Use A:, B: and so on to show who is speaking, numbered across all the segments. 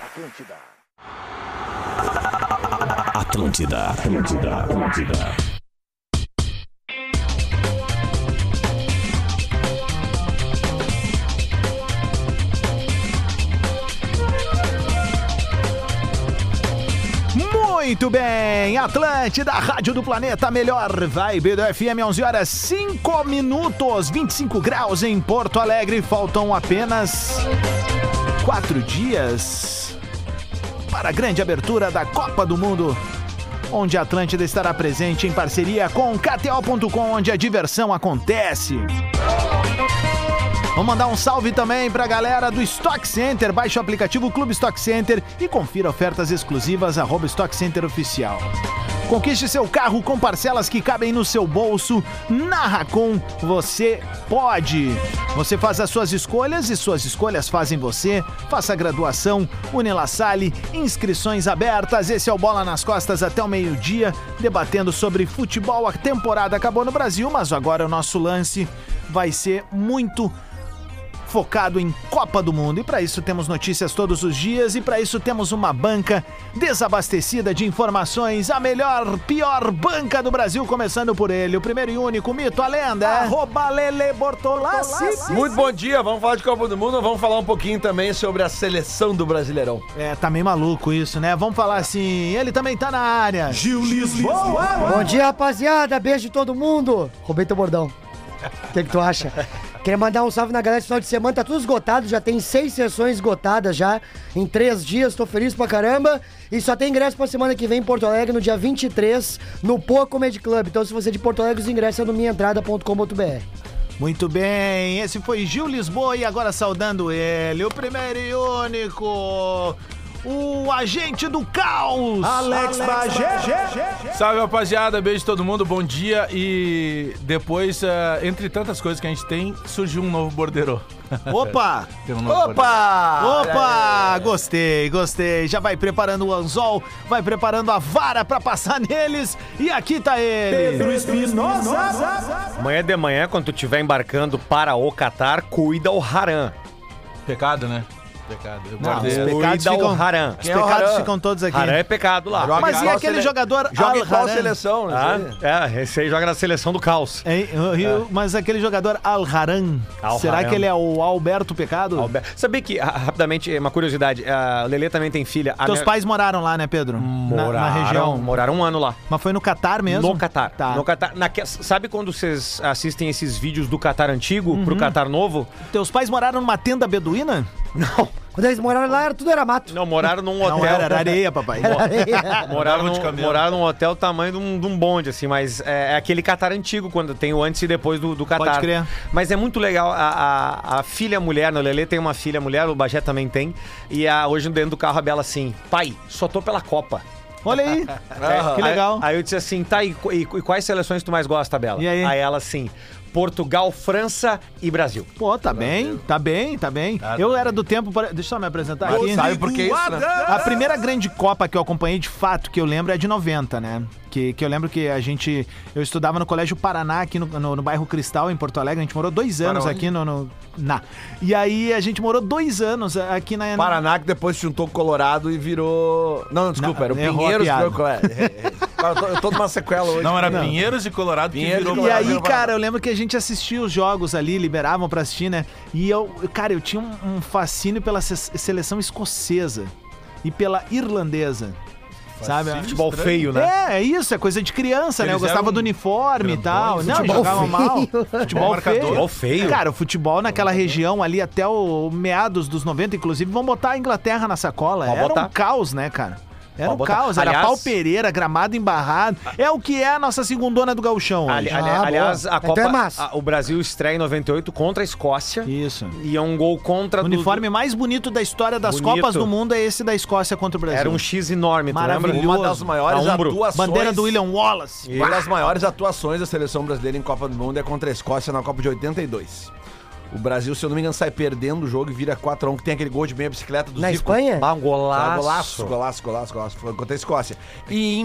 A: Atlântida.
B: Atlântida, Atlântida, Atlântida.
C: Muito bem, Atlântida, Rádio do Planeta, melhor vibe do FM, 11 horas 5 minutos, 25 graus em Porto Alegre, faltam apenas quatro dias para a grande abertura da Copa do Mundo, onde a Atlântida estará presente em parceria com KTO.com, onde a diversão acontece. Vou mandar um salve também pra galera do Stock Center. Baixe o aplicativo Clube Stock Center e confira ofertas exclusivas arroba Stock Center Oficial. Conquiste seu carro com parcelas que cabem no seu bolso. Na Racon, você pode. Você faz as suas escolhas e suas escolhas fazem você. Faça a graduação, Unila Sale, inscrições abertas. Esse é o Bola nas Costas até o meio-dia, debatendo sobre futebol. A temporada acabou no Brasil, mas agora o nosso lance vai ser muito focado em Copa do Mundo. E para isso temos notícias todos os dias e para isso temos uma banca desabastecida de informações, a melhor, pior banca do Brasil, começando por ele, o primeiro e único mito, a lenda.
D: Arroba Lele Bortolassi.
E: Muito bom dia, vamos falar de Copa do Mundo, vamos falar um pouquinho também sobre a seleção do Brasileirão.
C: É, tá meio maluco isso, né? Vamos falar assim, ele também tá na área.
B: Gil Lisboa.
D: Bom dia, rapaziada. Beijo em todo mundo. Roubei teu bordão. O que, que tu acha? Queria mandar um salve na galera esse final de semana. Tá tudo esgotado, já tem seis sessões esgotadas já. Em três dias, tô feliz pra caramba. E só tem ingresso pra semana que vem em Porto Alegre, no dia 23, no Poa Comedy Club. Então, se você é de Porto Alegre, os ingressos é no minhaentrada.com.br.
C: Muito bem, esse foi Gil Lisboa e agora saudando ele, o primeiro e único, o agente do caos.
A: Alex, Bagé.
F: Salve rapaziada, beijo todo mundo, bom dia. E depois, eh, entre tantas coisas que a gente tem, surgiu um novo borderô.
C: Ah, Opa!
F: Tem um novo borderô.
E: Opa!
C: Opa, gostei, gostei. Já vai preparando o anzol, vai preparando a vara pra passar neles. E aqui tá ele.
A: Pedro Espinosa.
G: Amanhã de manhã, quando tu estiver embarcando para o Catar, cuida o Haram.
F: Pecado, né? Pecado. Eu
C: Não, os
F: guardei.
C: pecados
G: Cuida o
C: ficam,
G: Haram.
C: os
E: Quem é o
C: pecados
E: Haram?
C: ficam todos aqui.
G: Haram é pecado lá.
E: Joga
C: Mas
E: em
C: e
E: qual
C: aquele
E: sele-
C: jogador
E: Joga em qual
C: Al-Haran?
E: seleção? não
G: Ah,
E: sei.
G: é, esse aí joga na seleção do caos.
C: Hein, o Rio- Mas aquele jogador Al-Haran,
G: Al-Haran.
C: será que ele é o Alberto Pecado?
G: Albe- Sabia que, ra- rapidamente, uma curiosidade, a Lelê também tem filha. A
C: Teus
G: minha-
C: pais moraram lá, né, Pedro? Na-
G: moraram,
C: na, região.
G: Moraram um ano lá.
C: Mas foi no Catar mesmo?
G: No Catar.
C: Tá.
G: No Catar. Naque- Sabe quando vocês assistem esses vídeos do Catar antigo
C: Uhum.
G: pro Catar novo?
C: Teus pais moraram numa tenda beduína?
G: Não.
D: Quando eles moraram lá, era- tudo era mato.
G: Não, moraram num
C: Não,
G: hotel.
C: era, era areia, papai.
G: Moraram,
F: Andavam de
G: num,
F: camelo.
G: moraram num hotel tamanho de um, de um bonde, assim, mas é, é aquele Catar antigo, quando tem o antes e depois do, do Catar.
C: crer.
G: Mas é muito legal, a, a- a filha mulher, no Lelê tem uma filha mulher, o Bagé também tem, e a, hoje dentro do carro a Bela assim, pai, só tô pela Copa. É,
C: Olha aí,
E: Aham.
C: que legal.
G: Aí, aí eu disse assim, tá, e, qu- e- e quais seleções tu mais gosta, Bela?
C: E aí?
G: ela assim, Portugal, França e Brasil.
C: Pô, tá bem, tá bem, tá bem. Eu era do tempo... para- Deixa eu só me apresentar aqui.
E: Sabe por que isso, né?
C: A primeira grande Copa que eu acompanhei de fato, que eu lembro, é de 90, né? Que, que eu lembro que a gente. Eu estudava no Colégio Paraná, aqui no, no- no bairro Cristal, em Porto Alegre. A gente morou dois anos aqui no. no- na. E aí a gente morou dois anos aqui na.
E: Paraná que depois se juntou com o Colorado e virou... Não, não, desculpa,
C: Não,
E: era o
C: errou a
E: Pinheiros que
C: piada.
E: virou o Colorado. Cara, eu tô- Eu tô numa sequela hoje.
F: Não, era Pinheiros e Colorado
E: Pinheiros e
F: que virou
C: E aí,
F: Colorado.
C: cara, eu lembro que a gente assistia os jogos ali, liberavam pra assistir, né? E eu, cara, eu tinha um, um fascínio pela se- seleção escocesa e pela irlandesa. Sabe?
G: Futebol feio, né?
C: É, é isso, é coisa de criança, né? Eu
F: Eles
C: gostava
F: eram
C: do uniforme e tal.
F: grandões,
C: Não,
F: futebol
C: jogavam mal. Futebol
F: Marcador.
C: feio.
G: Futebol feio.
C: Cara, o futebol naquela região ali até o meados dos 90, inclusive, vão botar a Inglaterra na sacola.
G: Vão
C: Era
G: botar.
C: um caos, né, cara? Era
G: Vão
C: um
G: botar.
C: caos, era
G: Aliás-
C: pau Pereira, gramado embarrado. É o que é a nossa segundona do gauchão hoje.
G: Ali- ali-
D: Ah,
G: aliás,
D: boa.
G: a Copa,
D: Então é massa.
G: a- o Brasil estreia em 98 contra a Escócia.
C: Isso.
G: E é um gol contra
C: O
G: do-
C: uniforme mais bonito da história das
G: Bonito.
C: Copas do Mundo é esse da Escócia contra o Brasil.
G: Era um X enorme, tu lembra?
C: Maravilhoso.
E: Uma das maiores
G: Tá, ombro.
E: atuações...
C: Bandeira do William Wallace.
E: Uma das maiores atuações da seleção brasileira em Copa do Mundo é contra a Escócia na Copa de 82. O Brasil, se eu não me engano, sai perdendo o jogo e vira 4x1, que tem aquele gol de meia bicicleta do
D: Na
E: Zico.
D: Espanha?
G: Ah, um
E: Ah,
G: golaço.
E: Golaço, golaço, golaço, golaço. Foi contra a Escócia. E em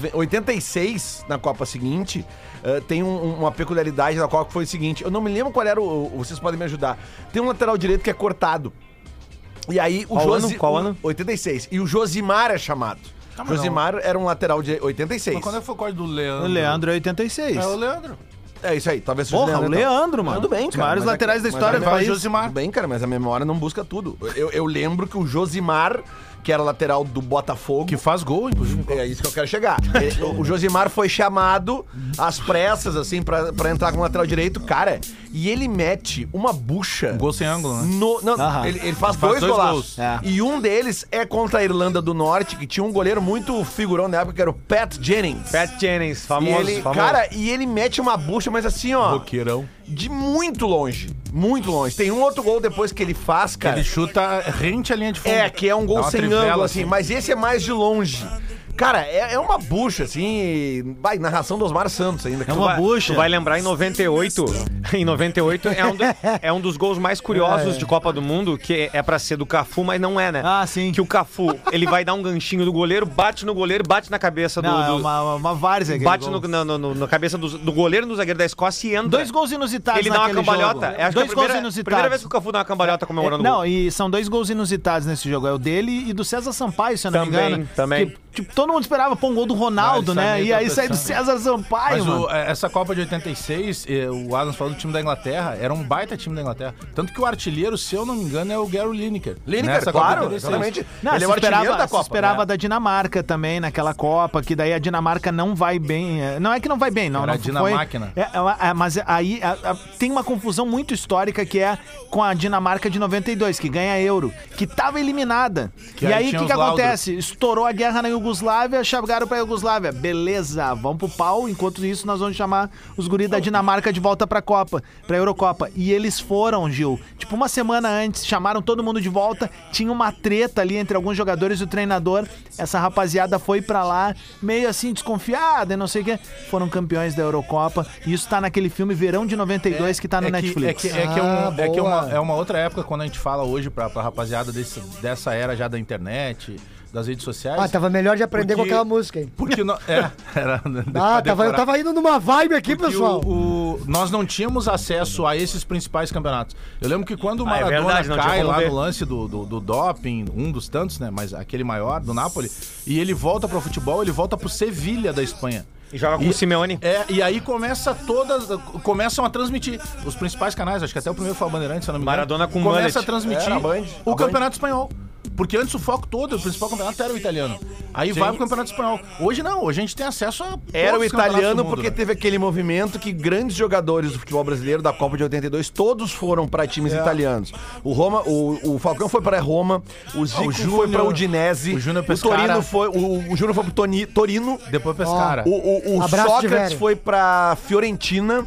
E: 1986, na Copa seguinte, eh, tem um- uma peculiaridade da Copa que foi o seguinte: eu não me lembro qual era o. o- Vocês podem me ajudar. Tem um lateral direito que é cortado. E aí o
G: Qual
E: Josi-
G: ano? Qual ano?
E: 86. E o Josimar é chamado.
F: Tá, mas
E: Josimar era um lateral de 86.
F: Mas quando é que foi o código do
C: O
F: Leandro?
C: Leandro é 86.
F: É o Leandro.
E: É isso aí, talvez seja
C: Porra, o
E: então.
C: Leandro, mano.
E: Tudo bem,
C: Os
E: cara.
C: maiores
E: mas é
C: laterais da
E: mas
C: história
E: a
C: do
E: memória-
C: país.
E: Tudo bem, cara, mas a memória não busca tudo. Eu, eu lembro que o Josimar, que era lateral do Botafogo.
F: Que faz gol, inclusive.
E: É isso que eu quero chegar. Ele- o Josimar foi chamado às pressas, assim, pra, pra entrar como lateral direito, cara. E ele mete uma bucha.
F: Gol sem ângulo, né?
E: No, não,
C: Aham.
E: ele, ele faz,
F: Faz
E: dois,
F: dois
E: golaços.
F: gols.
C: É.
E: E um deles é contra a Irlanda do Norte, que tinha um goleiro muito figurão na época, que era o Pat Jennings.
G: Pat Jennings,
E: E
G: famoso,
E: ele-
G: famoso.
E: Cara, e ele mete uma bucha, mas assim, ó.
F: Roqueirão.
E: De muito longe. Muito longe. Tem um outro gol depois que ele faz, cara.
F: Ele chuta rente a linha de fundo.
E: É, que é um
F: Dá
E: gol
F: uma
E: sem
F: trivela,
E: ângulo, assim, mas esse é mais de longe. Cara, é, é uma bucha, assim, e- vai, narração do Osmar Santos ainda. que
C: É
E: tu
C: uma
E: vai-
C: bucha.
G: Tu vai lembrar em 98. em 98 é um, do- é um dos gols mais curiosos de Copa do Mundo, que é pra ser do Cafu, mas não é, né?
C: É. Ah, sim.
G: Que o Cafu, ele vai dar um ganchinho do goleiro, bate no goleiro, bate na cabeça do.
C: Não, é
G: do-
C: uma, uma várzea. aquele
G: bate
C: gol.
G: no, na, no- no- na cabeça do, do goleiro no zagueiro da Escócia e entra.
C: Dois gols inusitados
G: Ele dá uma
C: naquele
G: cambalhota.
C: jogo.
G: É, acho que é a
C: Dois gols
G: primeira,
C: inusitados. É.
G: Primeira vez que o Cafu dá uma cambalhota comemorando o
C: Não,
G: gol.
C: e são dois gols inusitados nesse jogo. É o dele e do César Sampaio, se eu não
G: Também,
C: me engano.
G: também.
C: Que, tipo, todo mundo esperava pôr um gol do Ronaldo,
F: Mas
C: né?
F: também
C: E aí
F: tá
C: sai do
F: pensando.
C: César Sampaio,
F: Mas
C: mano.
F: o- é, essa Copa de 86, eh, o Adams falou do time da Inglaterra, era um baita time da Inglaterra. Tanto que o artilheiro, se eu não me engano, é o Gary Lineker.
E: Lineker,
F: Nessa Copa
E: claro,
F: de 86.
E: exatamente.
C: Não,
E: ele
C: se
E: é o artilheiro
C: esperava,
E: da
C: se
E: Copa.
F: né?
C: esperava da Dinamarca também naquela Copa, que daí a Dinamarca não vai bem. é, Não é que não vai bem, não.
F: Era
C: não
F: a Dinamáquina.
C: Foi, é, ela- é, mas aí a- a- tem uma confusão muito histórica que é com a Dinamarca de 92, que ganha euro, que tava eliminada.
F: Que
C: e
F: aí
C: aí o
F: tinha
C: que, que
F: os laudos.
C: acontece? Estourou a guerra na Iugoslávia, chegaram pra Iugoslávia. Beleza, vamos pro pau. Enquanto isso, nós vamos chamar os guris da Dinamarca de volta pra Copa, pra Eurocopa. E eles foram, Gil. Tipo, uma semana antes, chamaram todo mundo de volta. Tinha uma treta ali entre alguns jogadores e o treinador. Essa rapaziada foi pra lá, meio assim, desconfiada e não sei o quê. Foram campeões da Eurocopa. E isso tá naquele filme Verão de 92 que tá no
F: é que-
C: Netflix.
F: é que, é que é um-
D: Ah,
F: é que é uma,
D: boa.
F: é uma outra época quando a gente fala hoje pra, pra rapaziada desse- dessa era já da internet, das redes sociais.
D: Ah, tava melhor de aprender
F: Porque-
D: com aquela música, hein?
F: Porque não, é, era,
D: Ah, tava, eu
F: decorar.
D: tava indo numa vibe aqui,
F: Porque
D: pessoal.
F: o- o- nós não tínhamos acesso a esses principais campeonatos. Eu lembro que quando o
G: Ah, é
F: Maradona
G: verdade, não tinha
F: cai
G: como
F: lá
G: ver.
F: no lance do, do, do doping, um dos tantos, né? Mas aquele maior, do Napoli, e ele volta pro futebol, ele volta pro Sevilha da Espanha.
G: E joga com o Simeone.
F: É, e aí começa todas. Começam a transmitir os principais canais, acho que até o primeiro foi a Bandeirantes, se eu não me engano.
G: Maradona com
F: Começa
G: mullet.
F: a transmitir
E: Era a Band,
F: o
E: a
F: Campeonato Espanhol. Porque antes o foco todo, o principal campeonato era o italiano. Aí vai pro Campeonato Espanhol. Hoje não, hoje a gente tem acesso a.
E: Era
F: todos
E: o
F: os campeonatos
E: italiano
F: do mundo,
E: porque
F: né?
E: teve aquele movimento que grandes jogadores do futebol brasileiro da Copa de 82 todos foram pra times
F: É.
E: italianos. O Roma, o, o Falcão foi pra Roma,
F: Ah,
E: o Zico foi
F: Júnior-
E: pra Udinese,
F: o Júnior
E: o
F: Pescara.
E: Torino foi, o, o Júnior foi pro Toni- Torino,
F: Depois pescara.
E: O, o- o
D: Abraço,
E: Sócrates
D: Diverio.
E: foi pra Fiorentina.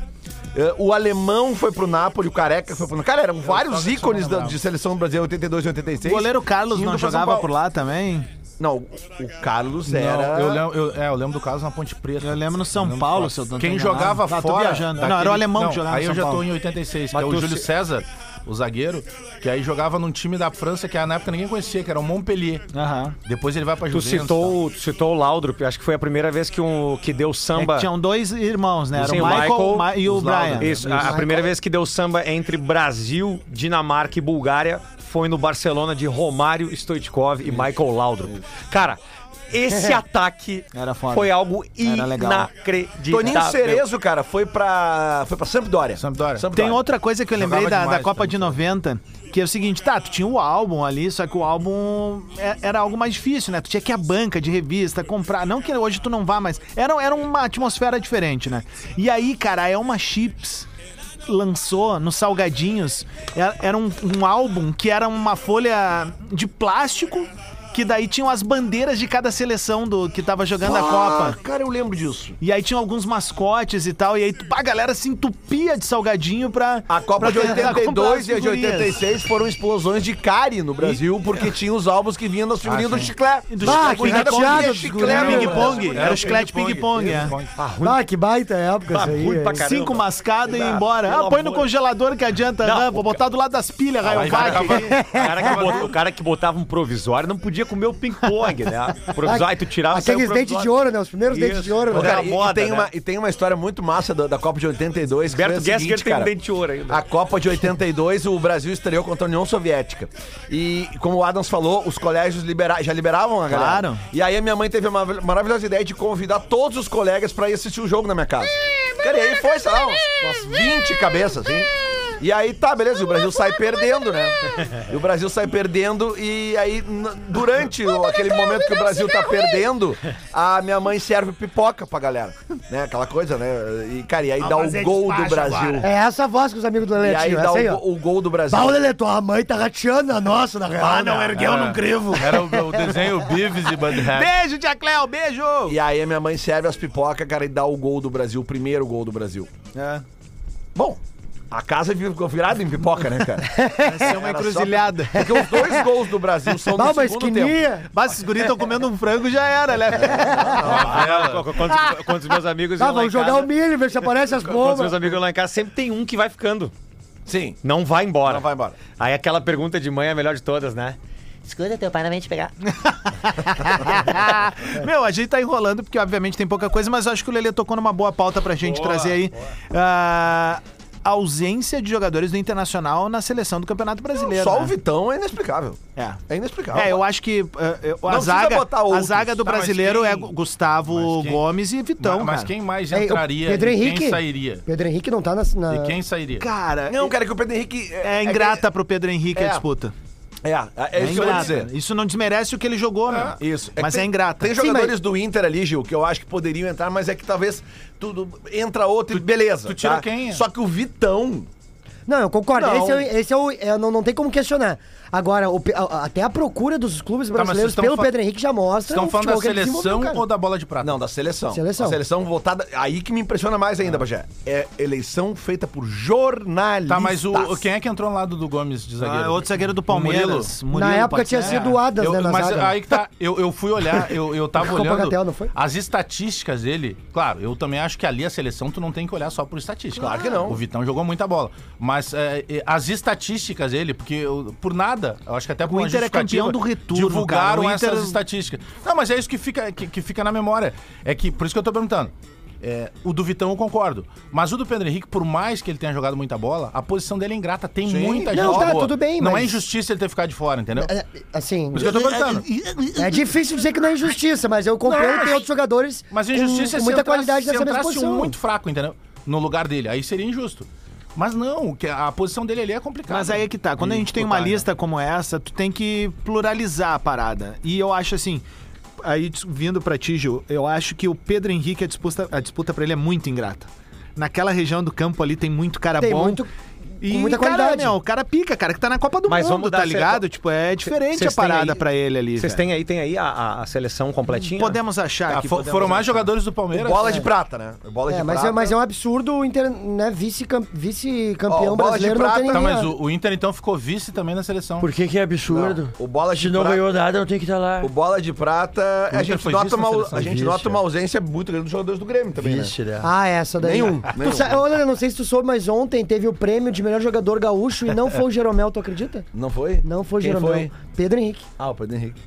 E: eh, O alemão foi pro Napoli, o Careca foi pro. Cara,
F: É,
E: eram vários ícones da- de seleção brasileira 82 e 86.
C: O goleiro Carlos
E: indo
C: não
E: pra São
C: jogava
E: Paulo.
C: por lá também?
E: Não, o o Carlos
F: Não,
E: era.
F: eu, lembro, eu- é, eu lembro do caso na Ponte Preta.
C: Eu lembro no São
F: Eu
C: Paulo,
F: lembro-
C: se eu não tô
F: Quem
C: enganado.
F: jogava
C: Ah, tô
F: fora.
C: viajando. Não, era o alemão que jogava no
F: Aí
C: São
F: eu já tô
C: Paulo.
F: em 86, que
G: Mas
F: é o
G: tu
F: Júlio
G: se-
F: César, o zagueiro, que aí jogava num time da França que é na época ninguém conhecia, que era o Montpellier.
C: Aham.
F: Depois ele vai pra
G: Tu
F: Juventus. tá?
G: citou, tu citou o Laudrup, acho que foi a primeira vez que, um, que deu samba.
C: É que tinham dois irmãos, né? Era
G: Sim,
C: o
G: o
C: Michael,
G: Michael,
C: Ma- e o
F: os Lauder.
C: Brian.
G: Isso, a- a, primeira vez que deu samba entre Brasil, Dinamarca e Bulgária foi no Barcelona de Romário Stoichkov e Michael Laudrup. Cara, esse ataque
C: Era foda.
G: foi algo
C: Era legal.
G: inacreditável.
E: Toninho Cerezo, cara, foi pra. Foi pra Sampdoria.
F: Sampdoria.
C: Tem outra coisa que eu lembrei
F: é? Jogava
C: da, da
F: demais tá
C: Copa
F: também.
C: de 90, que é o seguinte, tá, tu tinha o álbum ali, só que o álbum é- era algo mais difícil, né? Tu tinha que ir à banca de revista, comprar. Não que hoje tu não vá, mas era, era uma atmosfera diferente, né? E aí, cara, é uma chips lançou nos Salgadinhos era, era um, um álbum que era uma folha de plástico que daí tinham as bandeiras de cada seleção do que tava jogando a Copa.
E: Ah, Cara, eu lembro disso.
C: E aí tinha alguns mascotes e tal, e aí tu- a galera se entupia de salgadinho pra.
E: A
C: pra
E: Copa de
C: tentar comprar as
E: 82 e a de
C: figurinhas.
E: 86 foram explosões de cárie no Brasil, porque tinha os álbuns que vinham nas figurinhas Ah, do chiclete.
C: E do
D: Bah,
C: chiclete,
D: que
E: Cuidado com
D: rateado
E: né? o
D: dos
E: chiclete,
D: guris,
E: mano.
C: ping-pong. Era o chiclete ping-pong, é.
D: Ah, que baita
F: Tá
D: época isso aí.
G: ruim pra
D: hein?
G: caramba.
C: Cinco mascadas e ir embora.
G: Pelo
C: Ah, põe no
G: amor.
C: congelador que adianta,
G: Não,
E: Ah,
C: né? Vou botar do lado das pilhas, Raio
F: Aí vai
C: Vac.
F: acabar-
G: O cara que botava- o cara que botava um provisório não podia podia comer o ping-pong, né? Improvisar, aí tu tirava saiu
D: Aqueles
G: o
D: dentes de
G: provisório.
D: ouro, né? Os primeiros
G: Isso.
D: dentes de ouro.
G: Cara,
D: Né?
E: e,
G: moda,
E: e tem
G: né?
E: uma, e tem uma história muito massa da, da Copa de 82. que é
G: Berto
E: foi a seguinte,
G: Gessinger tem um
E: cara.
G: dente de ouro ainda.
E: A Copa de 82, o Brasil estreou contra a União Soviética. E, como o Adams falou, os colégios libera já liberavam a galera.
C: Claro.
E: E aí a minha mãe teve uma maravilhosa ideia de convidar todos os colegas pra ir assistir o jogo na minha casa. Cara, e aí foi, sei lá, uns, umas 20 cabeças, assim. E aí, tá, beleza, e o Brasil sai perdendo, né? E o Brasil sai perdendo e aí, n- durante o- aquele momento que o Brasil tá perdendo, a minha mãe serve pipoca pra galera. Né? Aquela coisa, né? E, cara, e aí dá o gol do Brasil.
D: É essa a voz que os amigos do
E: E
D: Lelê
E: aí
D: tinham,
E: dá
D: essa aí, ó.
E: o, o gol do Brasil.
D: Pau, Lelê, tua mãe tá rateando a nossa, na real. né?
F: ergueu num crivo. Era o, o desenho Bives e Bandhead.
C: Beijo, Tia Cléo, beijo!
E: E aí a minha mãe serve as pipocas, cara, e dá o gol do Brasil, o primeiro gol do Brasil. Bom, a casa é ficou virada em pipoca, né, cara?
C: É uma encruzilhada.
E: Porque os dois gols do Brasil são
D: Bah,
E: no
D: uma
E: segundo tempo.
D: esquininha.
C: Mas esses guris estão comendo um frango já era, né?
G: Quando, quando- quando os meus amigos
D: Ah,
G: iam lá em
D: vamos jogar
G: casa-
D: o milho, ver se aparece as
G: Quando os
D: bombas.
G: meus amigos iam lá em casa, sempre tem um que vai ficando.
E: Sim.
G: Não vai embora.
E: Não vai embora.
G: Aí aquela pergunta de mãe é a melhor de todas, né?
H: Escuta, teu pai não vem te pegar.
C: Meu, a gente tá enrolando porque, obviamente, tem pouca coisa, mas eu acho que o Lelê tocou numa boa pauta pra gente trazer aí. Ah, A ausência de jogadores do Internacional na seleção do Campeonato Brasileiro.
E: Só
C: né?
E: o Vitão é inexplicável.
C: É.
E: É inexplicável.
C: É, eu acho que eh, eu- a,
E: Não
C: zaga,
E: precisa botar
C: a
E: outros.
C: zaga do
F: Tá, mas
C: brasileiro
F: quem-
C: é Gu- Gustavo
F: mas quem-
C: Gomes e Vitão,
F: mas, mas
C: cara.
F: quem mais
D: Então, Ei, o
F: entraria
D: Pedro
F: e
D: Henrique.
F: quem sairia?
D: Pedro Henrique não tá na. na-
F: E quem sairia?
C: Cara,
E: Não, cara, é que o Pedro Henrique...
C: é ingrata pro Pedro Henrique a
E: É.
C: disputa.
E: É, é, é isso que eu vou dizer.
C: Isso não desmerece o que ele jogou, né?
E: Isso. que
C: Mas
E: tem-
C: é ingrata.
E: Tem
C: Sim,
E: jogadores do Inter ali, Gil, que eu acho que poderiam entrar, mas é que talvez tudo entra outro e beleza. tá?
F: tu tira quem?
E: Só que o Vitão.
D: Não, eu concordo.
E: Não.
D: Esse é, o- esse é o. é, não, não tem como questionar. Agora, o pe- a- a- até a procura dos clubes
F: Tá, mas vocês
D: brasileiros
F: estão
D: pelo
F: fa-
D: Pedro Henrique já mostra.
F: Estão
D: o
F: falando da
D: futebol que ele
F: seleção
D: desenvolveu, cara.
F: ou da bola de prata?
E: Não, da seleção.
D: Seleção.
E: A seleção votada. Aí que me impressiona mais ainda, Bagé. É eleição feita por jornalistas.
F: Ah. Tá, mas o, quem é que entrou no lado do Gomes de zagueiro?
C: Ah, outro zagueiro do
F: O Murilo.
C: Palmeiras.
D: Na época
C: pode
D: tinha
C: ser.
D: sido o Adas,
F: É. Eu-
D: né? Na
F: mas
D: zaga.
F: aí que tá, eu, eu fui olhar, eu, eu tava
D: Ficou
C: é
F: olhando
D: Pagatel, não foi?
F: as estatísticas dele. Claro, eu também acho que ali a seleção tu não tem que olhar só por estatística. Claro
E: que não.
F: O Vitão jogou muita bola. Mas é, é, as estatísticas dele, porque eu- por nada, eu acho que até por
C: O
F: uma
C: Inter é
F: justificativa,
C: campeão do retorno,
F: divulgaram
C: cara. O Inter-
F: essas estatísticas. Não, mas é isso que fica, que, que fica na memória. É que, por isso que eu tô perguntando. É, o do Vitão eu concordo. Mas o do Pedro Henrique, por mais que ele tenha jogado muita bola, a posição dele é ingrata. Tem muita
D: Não,
F: gente
D: tá,
F: boa.
D: tudo bem,
F: Não
D: mas-
F: é injustiça ele ter ficado de fora, entendeu?
D: É, assim.
F: Por isso que eu tô perguntando.
D: É difícil dizer que não é injustiça, mas eu compreendo que tem outros jogadores
F: Mas a injustiça é
D: com, com
F: se
D: muita
F: entrasse-
D: qualidade
F: se
D: nessa mesma
F: entrasse um
D: posição.
F: muito fraco, entendeu? No lugar dele, aí seria injusto. Mas não, que a posição dele ali é complicada.
C: Mas aí é que tá. Quando a
F: E
C: gente tem uma
F: disputar, né?
C: lista como essa, tu tem que pluralizar a parada. E eu acho assim. Aí dis- vindo pra ti, Gil, eu acho que o Pedro Henrique, a disputa, a disputa pra ele é muito ingrata. Naquela região do campo ali tem muito cara
E: Tá
D: Tem
C: bom.
D: muito-
C: E,
D: com muita
C: cara,
D: qualidade.
C: meu, o cara pica, cara, que tá na Copa do
G: Mas
C: Mundo,
G: vamos dar
C: tá
G: certo.
C: ligado? Tipo, é diferente a
G: Vocês têm
C: parada
G: aí-
C: pra ele ali.
G: Vocês
C: velho.
G: têm aí, tem aí a, a- a seleção completinha?
C: Podemos achar
F: Ah,
C: aqui.
F: fo-
C: podemos
F: foram mais
C: achar.
F: jogadores do Palmeiras.
E: Bola de prata, né? Bola de
D: É, mas,
E: prata.
D: é, mas é um absurdo o Inter, né, vice-cam- vice-campeão
E: Ó, bola de
D: brasileiro não
E: prata,
D: tem
F: Tá,
D: ninguém.
F: mas o, o Inter então ficou vice também na seleção.
I: Por que, que é absurdo?
E: O bola de
I: Se não
E: prata-
I: ganhou nada, não tem que estar lá.
E: O bola de prata. A
F: Nunca
E: gente,
F: foi
E: nota
F: visto
E: uma,
F: na
E: au-
F: seleção.
E: a gente
I: Vixe,
E: nota
I: é.
E: uma ausência muito grande dos jogadores do Grêmio também, né?
I: Vixe, né?
D: Ah, essa daí.
E: Nenhum,
D: Tu
E: nenhum.
D: sa- Olha, não sei se tu soube, mas ontem teve o prêmio de melhor jogador gaúcho e não foi o Jeromel, tu acredita?
E: Não foi?
D: Não foi o
E: Quem
D: Jeromel.
E: foi?
D: Pedro Henrique.
E: Ah, o Pedro Henrique.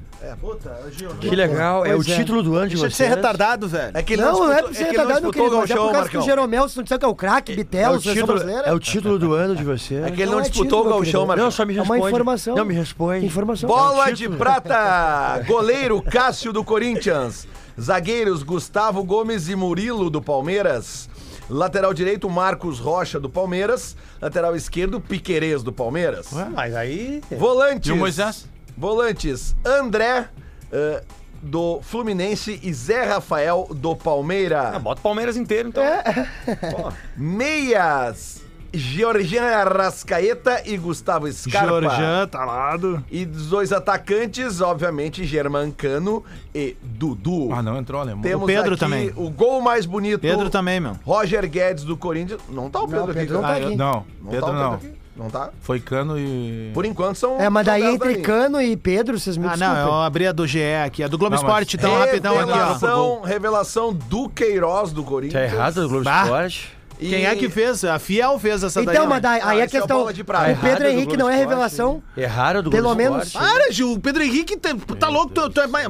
I: Que legal, é o
D: Pois é.
I: título do ano de
C: Deixa de
I: vocês.
C: ser retardado, velho.
E: É que ele
D: não, não é
E: disputou-
D: pra você
E: que
D: é
E: ele não
D: retardado, meu
E: disputou
D: querido, mas é por
E: o
D: causa que o
E: Marcão.
D: Jeromel, se não disser que é o craque,
I: É o,
D: Bitelo, seleção
I: título,
D: brasileira.
I: é o título do ano de vocês.
E: É que ele
D: Não
E: não
D: é
E: disputou
D: título,
E: o
D: meu
E: Galchão,
D: querido.
E: Marcão.
I: Não, só
D: É
I: me
D: uma
I: responde.
D: informação.
I: Não, me responde.
D: Informação.
E: Bola
I: É o
E: de
I: título.
E: prata! Goleiro Cássio do Corinthians. Zagueiros Gustavo Gomes e Murilo do Palmeiras. Lateral direito, Marcos Rocha do Palmeiras. Lateral esquerdo, Piquerez do Palmeiras.
G: Ah, Mas aí.
E: Volantes.
F: E o Moisés?
E: Volantes, André eh, do Fluminense e Zé Rafael do Palmeiras.
G: Ah, bota o Palmeiras inteiro, então.
E: Meias, Georgian Arrascaeta e Gustavo Scarpa.
C: Georgian, talado.
E: E os dois atacantes, obviamente, Germancano e Dudu.
F: Ah, não, entrou o alemão.
E: Temos
C: O Pedro
E: aqui
C: também.
E: O gol mais bonito.
C: Pedro também, meu.
E: Roger Guedes do Corinthians. Não tá o Pedro, aqui.
D: Pedro não
E: cara.
D: tá
F: Ah, eu-
D: aqui.
F: não,
E: Não
C: um
F: Pedro
E: tá o
F: não.
E: Pedro aqui. Não tá.
F: Foi Cano e...
E: Por enquanto são.
D: É, mas
E: são
D: daí
E: dez
D: entre
E: daí.
D: Cano e Pedro, vocês me
C: Ah, não,
D: desculpem.
C: eu abri a do GE aqui. A do Globo
F: Não, mas-
C: Esporte,
D: então,
E: É
C: então, rapidão aqui, ó.
E: Revelação, revelação do Queiroz do
I: Tá
E: Corinthians.
I: errado o Globo
C: Bah.
I: Esporte.
E: E-
C: Quem é que fez? A Fiel fez essa daí. né?
D: Então, mas daí-
E: Não,
D: aí a
E: isso é
D: questão.
E: bola de praia.
D: o Pedro
I: Errado do
D: Henrique
I: Globo
D: não é
I: Esporte.
D: revelação.
I: Erraram do
D: Pelo
I: Globo
D: menos.
I: Esporte.
C: Para, Gil, o Pedro Henrique tem- tá louco, tu, tu é mais-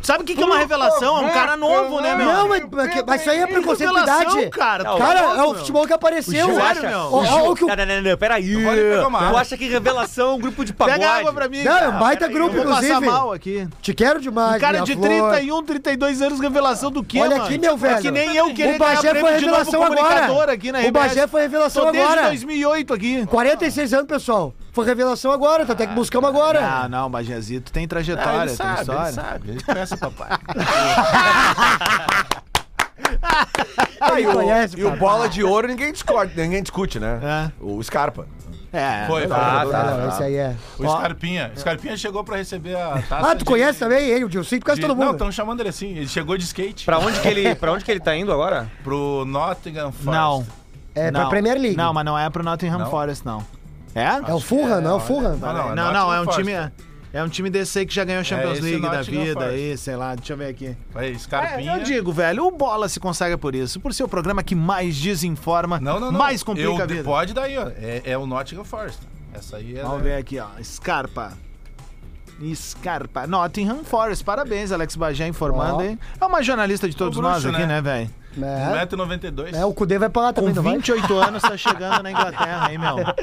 C: Sabe o que, que é uma revelação? É um cara novo, né, meu?
D: Não, mas, mas que- mas isso aí é preconceito de
C: Revelação,
D: idade.
C: cara. tá
D: Cara,
C: louco,
D: é o
C: meu.
D: futebol que apareceu.
C: Gil
D: Olha
C: acha- meu.
D: o- Ah, olha o que o-
G: Não, não, não, não, peraí.
F: vou ali pegar uma
G: Tu
F: água.
G: acha que revelação, um grupo de pagode?
C: Pega água pra mim.
D: Não, é um baita
C: Peraí,
D: grupo,
C: eu vou passar
D: inclusive.
C: mal aqui.
D: Te quero demais,
C: Um cara
D: minha
C: de
D: flor.
C: 31, 32 anos, revelação do quê,
D: Olha
C: mano?
D: aqui, meu velho.
C: É que nem eu querer
D: O Bagé
C: ganhar
D: foi
C: prêmio de novo
D: revelação
C: comunicador
D: agora.
C: aqui na
D: O Bagé
C: RBS.
D: foi revelação
C: Tô desde
D: agora.
C: 2008 aqui.
D: 46 anos, pessoal. Foi revelação agora, tá até que buscamos agora.
C: Ah, não, Bagézito tem trajetória, tem história.
F: sabe. Ele conhece o papai.
D: Ah,
E: E o,
D: conhece,
E: e o
D: cara.
E: bola de ouro ninguém discute, ninguém discute, né? O Scarpa.
C: É.
F: Foi,
D: Ah,
F: tá.
D: tá, não, esse aí é.
F: O Scarpinha. O Scarpinha chegou pra receber a taça.
D: Ah, tu
F: de-
D: conhece também ele, o Dilcinho? Tu conhece
F: de-
D: todo
F: Não,
D: mundo.
F: estão chamando ele assim. Ele chegou de skate
G: Pra onde que ele, pra onde que ele tá indo agora?
F: pro Nottingham Forest.
C: Não.
D: É pra
C: não.
D: Premier League.
C: Não, mas não é pro Nottingham
F: Não?
C: Forest, não. É?
D: É o Fulham, não é o Fulham?
F: Não, não,
C: Não,
F: é
C: não, é um
F: Nottingham
C: time. É um time desse aí que já ganhou Champions
F: esse
C: League da
F: Nottingham
C: vida
F: Forest.
C: aí, sei lá, deixa eu ver aqui.
F: Aí,
C: É,
F: Scarpinha.
C: eu digo, velho, o Bola se consagra por isso, por ser o programa que mais desinforma,
F: Não, não, não.
C: mais complica
F: Eu-
C: a vida.
F: Pode daí, ó. É, é o Nottingham Forest. Essa aí é.
C: Vamos ver aqui, ó. Scarpa. Scarpa. Nottingham Forest. Parabéns, Alex Bagé, informando,
D: Ó.
C: hein? É uma jornalista de todos
F: bruxo,
C: nós aqui, né,
F: né?
C: velho?
D: É,
F: 1,92m.
D: é, o Cudê vai pra lá
C: Com
D: também, não vai?
C: 28 anos, tá chegando na Inglaterra, hein, meu?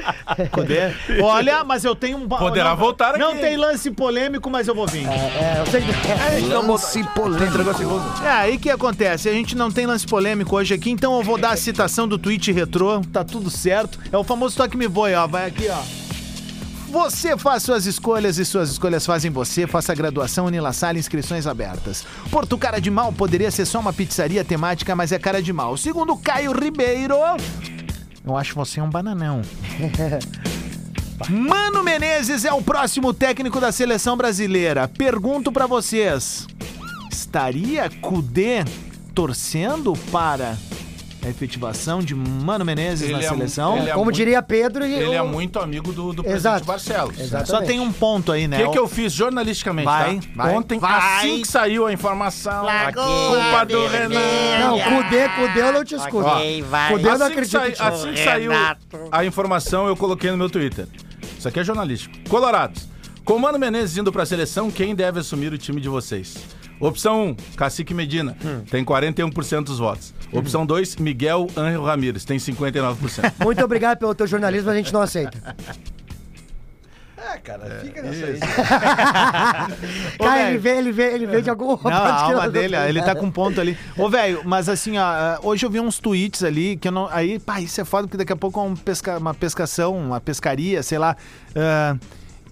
C: Poder. Olha, mas eu tenho um... ba-
F: Poderá
C: não,
F: voltar aqui,
C: Não
F: hein?
C: tem lance polêmico, mas eu vou vir.
D: É, eu sei que...
E: Lance polêmico.
C: É, aí que acontece? A gente não tem lance polêmico hoje aqui, então eu vou dar a citação do tweet retrô, tá tudo certo. É o famoso toque me voe, ó, vai aqui, ó. Você faz suas escolhas e suas escolhas fazem você. Faça a graduação Unila Sala, inscrições abertas. Porto Cara de Mal poderia ser só uma pizzaria temática, mas é cara de mal. Segundo Caio Ribeiro, eu acho você um bananão. Mano Menezes é o próximo técnico da seleção brasileira. Pergunto pra vocês: estaria Cudê torcendo para a efetivação de Mano Menezes na
F: Ele é um-
C: seleção?
F: ele é
D: Como
F: muito-
D: diria Pedro e
F: Ele é
D: eu-
F: muito amigo do, do
D: Exato.
F: presidente Barcelos.
D: Exatamente.
C: Só tem um ponto aí,
F: O
C: né?
F: que, que eu fiz jornalisticamente?
C: Vai,
F: tá?
C: vai,
F: Ontem,
C: vai.
F: assim que saiu a informação,
H: Largou
F: culpa
H: a
F: do Renan.
H: vermelha.
D: Não, Cudê, Cudê eu não te escuto.
H: Ok, vai.
D: Fudeu. Eu não
F: Assim que
D: acredito
F: sai-
D: em ti.
F: Assim que saiu
H: Renato.
F: a informação, eu coloquei no meu Twitter. Isso aqui é jornalístico. Colorados. Com Mano Menezes indo pra seleção, quem deve assumir o time de vocês? Opção 1, Cacique Medina,
D: Hum.
F: tem 41% dos votos. Opção 2, Miguel Ángel Ramírez, tem 59%.
D: Muito obrigado pelo teu jornalismo, a gente não aceita.
F: É,
D: Cara, ele vê, ele vê, ele vê de algum...
C: Não, a alma dele, ó, ele tá com um ponto ali. Ô, velho, mas assim, ó, hoje eu vi uns tweets ali que eu não. Aí, pá, isso é foda, porque daqui a pouco é um pesca- uma pescação, uma pescaria, sei lá. ah,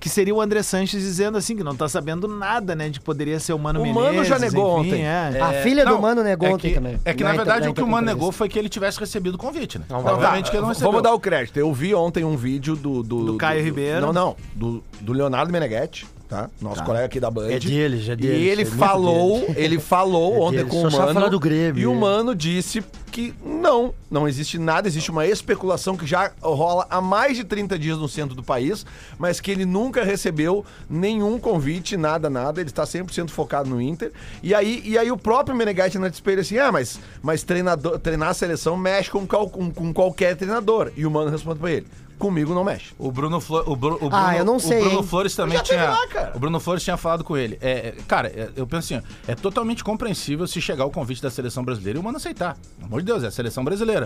C: que seria o André Sanches dizendo assim, que não tá sabendo nada, né? De que poderia ser o Mano
E: O
C: Menezes.
E: Mano já negou
C: enfim,
E: ontem.
C: É.
D: A filha do Mano negou
F: é
D: ontem
F: que,
D: também.
F: É que, na
D: Na
F: verdade,
D: inter-
F: o que
D: na
F: o Mano
D: entrevista.
F: negou foi que ele tivesse recebido o convite, né?
G: Não,
F: Obviamente que ele não
E: Então
F: recebeu.
E: tá. Vamos dar o crédito. Eu vi ontem um vídeo do. Do,
C: Caio Ribeiro.
E: Não, não. Do, do Leonardo Meneghetti, tá? Nosso colega aqui da Band.
I: É deles, é deles,
E: E ele
I: é muito
E: falou, ele falou ontem
I: deles.
E: com
I: Só
E: o
I: sabe
E: Mano.
I: falar do Grêmio,
E: E o
I: é.
E: Mano disse que não, não existe nada, existe uma especulação que já rola há mais de 30 dias no centro do país, mas que ele nunca recebeu nenhum convite, nada, nada. Ele tá está 100% focado no Inter. E aí, e aí o próprio Meneghetti na espelho assim: "Ah, mas mas treinador, treinar a seleção mexe com, cal- com, com qualquer treinador". E o Mano responde pra ele: "Comigo não mexe".
F: O Bruno Flores. O Bru- o Bruno,
D: Ah, eu não sei,
F: O Bruno
D: hein?
F: Flores também
E: Já teve
F: tinha.
E: lá, cara.
F: O Bruno Flores tinha falado com ele. É, é, cara, é, eu penso assim: ó, é totalmente compreensível se chegar o convite da seleção brasileira e o mano aceitar. Pelo amor de Deus, é a seleção brasileira.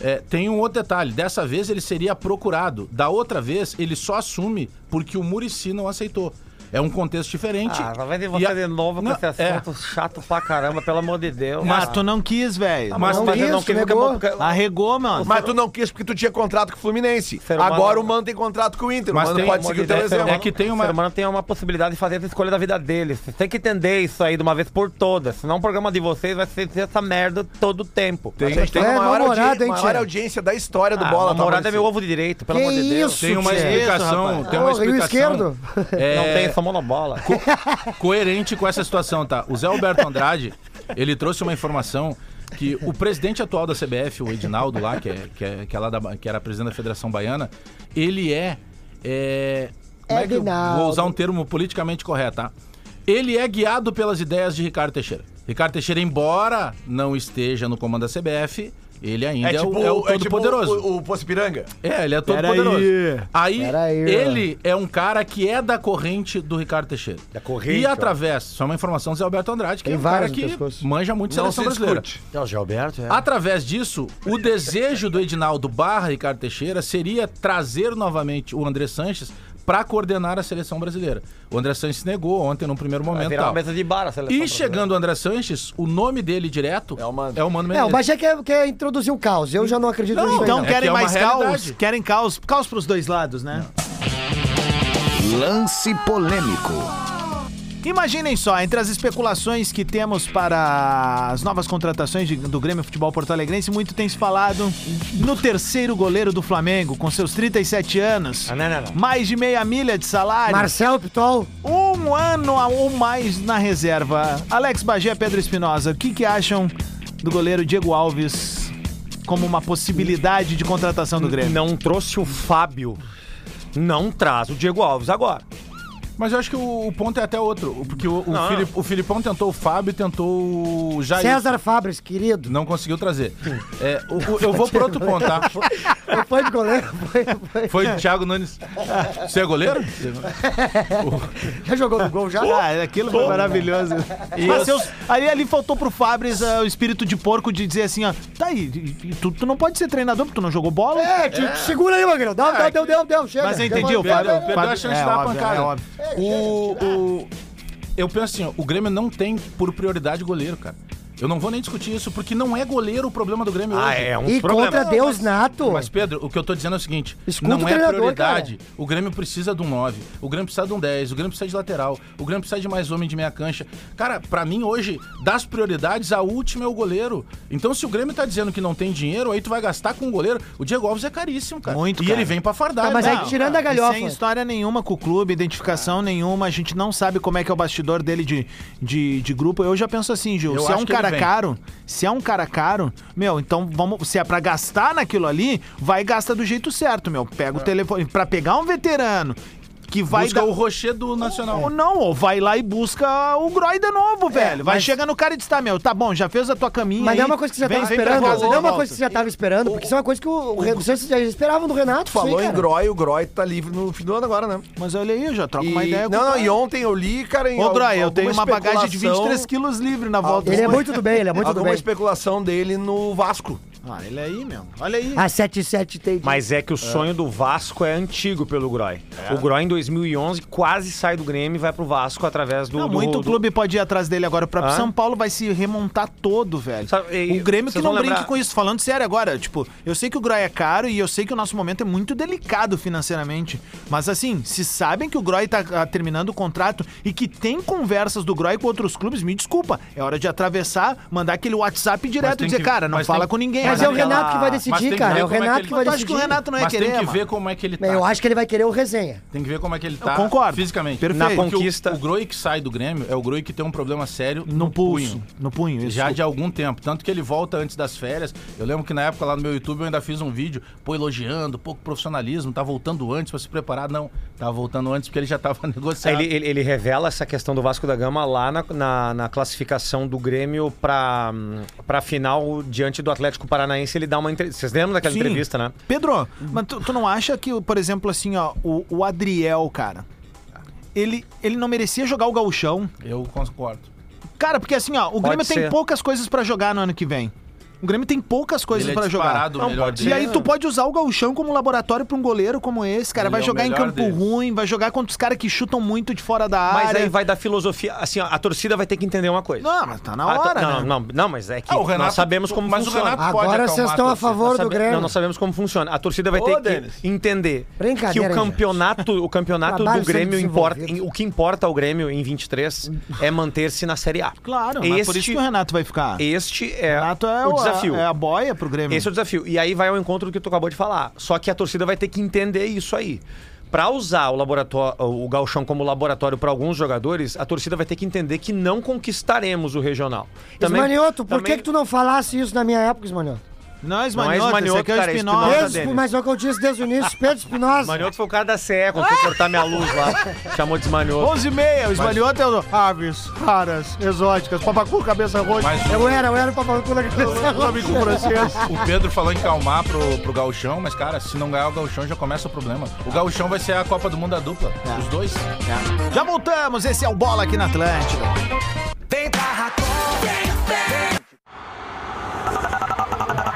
F: É, tem um outro detalhe: dessa vez ele seria procurado. Da outra vez, ele só assume porque o Murici não aceitou. É um contexto diferente.
G: Ah, lá vai ter
F: E
G: você
F: a-
G: de novo com
F: Não,
G: esse
F: é.
G: assunto chato pra caramba, pelo amor de Deus.
C: Mas
G: Ah,
C: tu não quis, velho.
G: mas
D: não é
G: mas eu
D: isso,
G: não queria
D: negou.
G: porque-
C: Arregou,
F: Ah,
C: mano.
E: Mas
F: então
E: tu não quis porque tu tinha contrato com o Fluminense.
G: Ser humano-
E: Agora o Mano tem contrato com o Inter.
F: Mas
E: o Mano
F: tem-
E: pode seguir o teu
F: é-
E: exemplo.
F: é que tem uma-
G: O ser humano tem uma possibilidade de fazer essa escolha da vida deles. Vocês têm que entender isso aí de uma vez por todas. Senão o programa de vocês vai ser essa merda todo o tempo.
E: Tem,
D: gente
E: tem
D: tá-
E: a
D: É,
E: maior,
D: namorado,
E: audiência,
D: hein,
E: maior
D: Tchê?
E: audiência da história do
G: Ah,
E: bola.
G: a namorada
E: tá,
G: é meu ovo direito, pelo
D: Que
G: amor de Deus.
D: isso,
F: Tem uma
D: Tchê?
F: explicação. tem uma
D: Ah, o Rio
F: explicação.
D: esquerdo.
F: É,
G: Não tem, só monobola.
F: coerente com essa situação, tá? O Zé Alberto Andrade, ele trouxe uma informação que o presidente atual da CBF, o Edinaldo lá, que, é, que, é, que é lá da Ba- que era presidente da Federação Baiana, ele é... é como é que eu
D: Edinaldo.
F: vou usar um termo politicamente correto, tá? Ele é guiado pelas ideias de Ricardo Teixeira. Ricardo Teixeira, embora não esteja no comando da CBF, Ele ainda é, o, é o todo poderoso.
E: tipo, O, o, o Pocipiranga.
F: É, ele é todo
C: Pera
F: poderoso.
C: aí.
F: Aí,
D: Pera aí, ó.
F: ele é um cara que é da corrente do Ricardo Teixeira. Da corrente. E através, só uma informação do Zé Alberto Andrade, que
D: Tem
F: é um cara
D: vários no
F: que
D: pescoço.
F: manja muito
E: Não
F: seleção
E: se
F: brasileira.
E: discute.
I: É o Gilberto, é.
F: Através disso, o desejo do Edinaldo barra Ricardo Teixeira seria trazer novamente o André Sanches para coordenar a seleção brasileira. O André Sanches negou ontem num primeiro
G: Vai
F: momento.
G: virar uma
F: tal.
G: mesa de bar a seleção
F: Então. E
G: brasileira.
F: chegando o André Sanches, o nome dele direto
E: É o Mano.
F: Mano
D: É, o
F: Menezes.
D: Bagé quer, quer introduzir o caos. Eu já não acredito
F: Não,
D: nisso. aí,
C: Então
F: É que
C: querem
F: é uma
C: mais caos?
F: realidade.
C: Querem caos? Caos pros dois lados, né?
B: Lance polêmico.
C: Imaginem só, entre as especulações que temos para as novas contratações de- do Grêmio Futebol Porto Alegrense, muito tem se falado no terceiro goleiro do Flamengo, com seus 37 anos,
G: Ah, não, não, não.
C: mais de meia milha de salário,
D: Marcel Pitol,
C: um ano a- ou mais na reserva. Alex Bagé, Pedro Espinosa, o que, que acham do goleiro Diego Alves como uma possibilidade de contratação do Grêmio?
G: Não trouxe o Fábio. Não traz o Diego Alves agora.
F: Mas eu acho que o, o ponto é até outro. Porque o, o,
G: Não.
F: Filip- o Filipão tentou o Fábio, tentou o Jair.
D: César Fabres, querido.
F: Não conseguiu trazer. É, o- o- eu vou pro outro ponto, tá? É.
D: Não foi de goleiro, foi, foi.
F: Foi o Thiago Nunes. Você é goleiro?
D: Já jogou no gol já?
C: Ah, aquilo foi maravilhoso. Mas eu- ali, ali faltou pro Fabris ah, o espírito de porco de dizer assim, ó, tá aí, e- e tu, tu não pode ser treinador porque tu não jogou bola.
D: É, te- te segura aí, Magrão. Dá, dá, deu, deu, deu, chega.
C: Mas eu entendi, o
D: Deu,
C: Fábio...
F: Perdeu,
C: o
F: perdeu
C: Fábio-
F: a chance
C: é,
F: da
C: óbvio,
F: pancada.
C: é óbvio.
F: O, o- eu penso assim, ó, o Grêmio não tem por prioridade goleiro, cara. Eu não vou nem discutir isso, porque não é goleiro o problema do Grêmio
G: Ah,
F: hoje.
G: é um
D: E
G: problema.
D: contra Deus Nato.
F: Mas, Pedro, o que eu tô dizendo é o seguinte:
D: Escuta
F: não
D: o
F: é
D: treinador,
F: prioridade. O Grêmio precisa de um 9, o Grêmio precisa de um 10, o Grêmio precisa de lateral, o Grêmio precisa de mais homem de meia cancha. Cara, pra mim hoje, das prioridades, a última é o goleiro. Então, se o Grêmio tá dizendo que não tem dinheiro, aí tu vai gastar com o goleiro. O Diego Alves é caríssimo, cara.
C: Muito,
F: E
C: cara.
F: ele vem pra fardar.
D: Tá, mas
F: né?
D: aí tirando a galhofa.
C: E sem história nenhuma com o clube, identificação nenhuma, a gente não sabe como é que é o bastidor dele de, de, de grupo. Eu já penso assim, Gil,
F: Eu
C: se é
F: acho
C: um
F: que ele
C: cara
F: vem.
C: caro, se é um cara caro, meu, então vamos, se é pra gastar naquilo ali, vai e gasta do jeito certo, meu. Pega o telefone pra pegar um veterano que vai
F: É. Busca
C: dar
F: o Rocher do
C: Ou
F: Nacional.
C: não, ou vai lá e busca o Groida novo, velho. Vai
D: É, mas-
C: chegar no cara e diz, tá, meu, tá bom, já fez a tua caminha
D: Mas não é
C: aí,
D: uma coisa que você já
C: vem-
D: tava
C: vem pra
D: esperando.
C: casa,
D: Não é uma
C: volta.
D: coisa que você já tava esperando, porque isso é uma coisa que o, o, Re- o Santos já esperava do Renato. isso aí,
E: Falou em
D: cara.
E: Groy, o Groy tá livre no fim do ano agora, né?
C: Mas olha aí, eu já troco
E: E-
C: uma ideia. com
E: não,
C: o
E: não,
C: cara.
E: e ontem eu li, cara, em
C: Ô,
E: al-
C: Groy, eu
E: alguma
C: tenho uma bagagem de
E: especulação-
C: 23 quilos livre na volta.
D: Ele é muito do bem, ele é muito do
E: Alguma
D: bem.
E: especulação dele no Vasco.
C: Ah, ele Ah, aí, meu. Olha aí.
D: A 77 tem.
G: Mas é que o sonho do Vasco é antigo pelo Groy.
C: É.
G: O Groy, em 2011, quase sai do Grêmio e vai pro Vasco através do...
C: Não,
G: do-
C: muito
G: do-
C: clube pode ir atrás dele agora. O próprio
G: Ah?
C: São Paulo vai se remontar todo, velho.
G: Sabe, e-
C: o Grêmio que
G: vocês
C: não
G: vão
C: brinque
G: lembrar-
C: com isso. Falando sério agora, tipo, eu sei que o Groy é caro e eu sei que o nosso momento é muito delicado financeiramente. Mas assim, se sabem que o Groy tá ah, terminando o contrato e que tem conversas do Groy com outros clubes, me desculpa. É hora de atravessar, mandar aquele WhatsApp direto e
F: tem
C: dizer,
F: que-
C: cara, não
F: mas
C: fala
F: tem-
C: com ninguém.
D: Mas
C: olha
D: é o
C: aquela-
D: Renato que vai
F: Mas tem
D: decidir,
F: que
D: cara.
F: ver
D: É o
F: como é que
D: Renato
F: ele-
D: que vai
C: Mas tu acha que
D: decidir.
C: o Renato não ia
F: Mas
C: querer,
F: tem que
C: mano?
F: ver como é que ele tá.
D: Eu acho que ele vai querer o resenha.
F: Tem que ver como é que ele
C: Eu
F: tá.
C: concordo.
F: Fisicamente.
C: Perfeito.
G: Na
F: Porque o-
G: conquista.
F: O, Groi que sai do Grêmio é o Groi que tem um problema sério
C: No pulso,
F: punho.
C: no punho. isso.
F: Já de algum tempo. Tanto que ele volta antes das férias. Eu lembro que na época lá no meu YouTube eu ainda fiz um vídeo, pô, elogiando, pouco profissionalismo, tá voltando antes pra se preparar. Não, tá voltando antes porque ele já tava negociando.
G: Ele, ele- ele revela essa questão do Vasco da Gama lá na, na- na classificação do Grêmio pra, hum, pra final diante do Atlético Paranaense. Ele dá uma entrevista. Vocês lembram daquela
C: Sim.
G: entrevista, né?
C: Pedro, mas tu, tu não acha que, por exemplo, assim, ó, o, o Adriel, cara, ele, ele não merecia jogar o gauchão?
F: Eu concordo.
C: Cara, porque assim, ó, o Grêmio tem
G: ser.
C: poucas coisas pra jogar no ano que vem. O Grêmio tem poucas coisas
F: Ele é
C: pra jogar.
F: disparado o Não, melhor pode
C: e
F: ser.
C: aí tu pode usar o gauchão como laboratório pra um goleiro como esse, cara.
F: Ele
C: vai
F: é o
C: jogar em
F: melhor
C: campo
F: deles.
C: ruim, vai jogar contra os caras que chutam muito de fora da área.
G: Mas aí vai da filosofia. Assim, ó, a torcida vai ter que entender uma coisa.
C: Não, mas tá na
G: A to-
C: hora,
G: Ah, não,
C: né?
G: não, não, não, mas é que
F: Ah, o Renato-
G: nós sabemos como
F: mas o
G: funciona.
F: Renato- Pode
D: Agora
F: acalmar
D: vocês estão
F: a
D: a favor
G: Sabe-
D: do Grêmio.
G: Não, nós sabemos como funciona. A torcida vai
E: Ô,
G: ter
E: Denis.
G: que entender que
D: Brincadeira,
G: o
D: hein,
G: campeonato, o campeonato do
D: Trabalho sendo
G: Grêmio importa,
D: desenvolvido.
G: o que importa ao Grêmio em 23 é manter-se na Série A.
C: Claro,
G: este,
C: mas é por isso que o Renato vai ficar.
G: este é,
C: o Renato é
G: o desafio.
C: A, é a boia pro Grêmio.
G: Esse é o desafio. E aí vai ao encontro do que tu acabou de falar. Só que a torcida vai ter que entender isso aí. Pra usar o laboratório, o Galchão como laboratório pra alguns jogadores, a torcida vai ter que entender que não conquistaremos o regional.
D: Esmanioto, por
G: também-
D: que, que tu não falasse isso na minha época, Esmanioto?
C: Não é
G: Não é
C: Esmanioto, esse aqui é o
G: Esmanioto, cara, é
C: Espinosa.
G: Espinosa.
D: Pedro,
G: Denis.
D: Espinosa, mas é o que eu disse desde o início, Pedro Espinosa.
G: Manioto foi o cara da CE quando foi cortar minha luz lá. Chamou de Manioto.
C: 11 e meia, o Esmanioto é o... Aves, raras, exóticas, papacu, cabeça roxa.
F: Mas
D: Eu era, eu era o papai com
C: Sabe com francês.
F: o Pedro falou em calmar pro, pro Gauchão, mas, cara, se não ganhar o Gauchão, já começa o problema. O Gauchão vai ser a Copa do Mundo da dupla. Os dois.
C: Já voltamos, esse é o Bola aqui na Atlântida.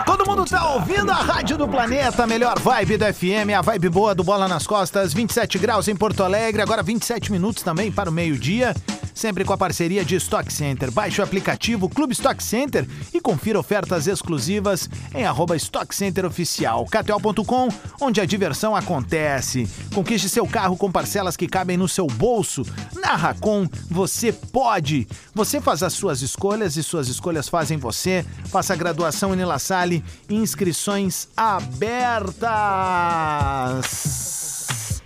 C: Todo mundo tá ouvindo a Rádio do Planeta, a melhor vibe da FM, a vibe boa do Bola nas Costas, 27 graus em Porto Alegre, agora 27 minutos também para o meio-dia, sempre com a parceria de Stock Center. Baixe o aplicativo Clube Stock Center e confira ofertas exclusivas em arroba Stock Center Oficial, KTO.com, onde a diversão acontece. Conquiste seu carro com parcelas que cabem no seu bolso. Na Racon, você pode. Você faz as suas escolhas e suas escolhas fazem você. Faça a graduação em La Salle. Inscrições abertas.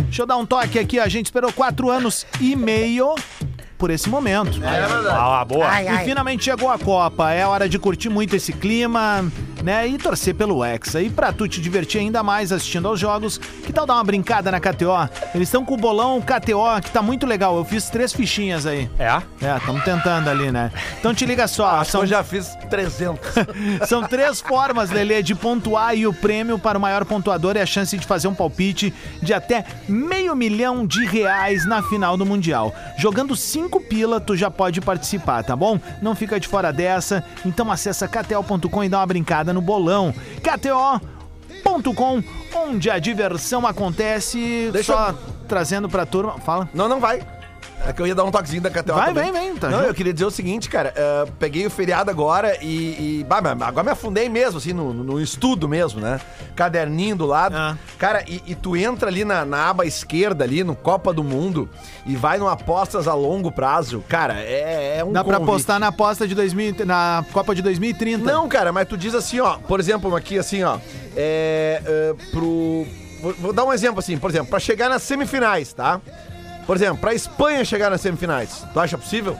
C: Deixa eu dar um toque aqui. ó. A gente esperou quatro anos e meio por esse momento.
G: Ah, boa.
D: Ai,
C: E
D: ai.
C: finalmente chegou a Copa. É hora de curtir muito esse clima, né? E torcer pelo Hexa. E pra tu te divertir ainda mais assistindo aos jogos, que tal dar uma brincada na KTO? Eles estão com o bolão KTO, que tá muito legal. Eu fiz três fichinhas aí.
G: É?
C: É, estamos tentando ali, né? Então te liga só. São
E: Eu já fiz 300.
C: são três formas, Lelê, de pontuar e o prêmio para o maior pontuador é a chance de fazer um palpite de até meio milhão de reais na final do Mundial. Jogando cinco pila, tu já pode participar, tá bom? Não fica de fora dessa, então acessa kto.com e dá uma brincada no bolão. KTO.com, onde a diversão acontece.
E: Deixa
C: Só
E: eu-
C: trazendo pra turma. Fala.
E: Não, não vai. É que eu ia dar um toquezinho da KTO.
C: Vai,
E: também.
C: vem, vem, tá
E: não,
C: junto.
E: eu queria dizer o seguinte, cara. eh, peguei o feriado agora e. e- bah, mas agora me afundei mesmo, assim, no, no estudo mesmo, né? Caderninho do lado.
C: Ah.
E: Cara, e, e tu entra ali na, na aba esquerda, ali, no Copa do Mundo, e vai no apostas a longo prazo. Cara, é, é um.
C: Dá pra
E: convite.
C: apostar na aposta de 2000, na Copa de 2030.
E: Não, cara, mas tu diz assim, ó, por exemplo, aqui assim, ó, é, é, pro vou, vou dar um exemplo assim, por exemplo, pra chegar nas semifinais, tá? Por exemplo, pra Espanha chegar nas semifinais, tu acha possível?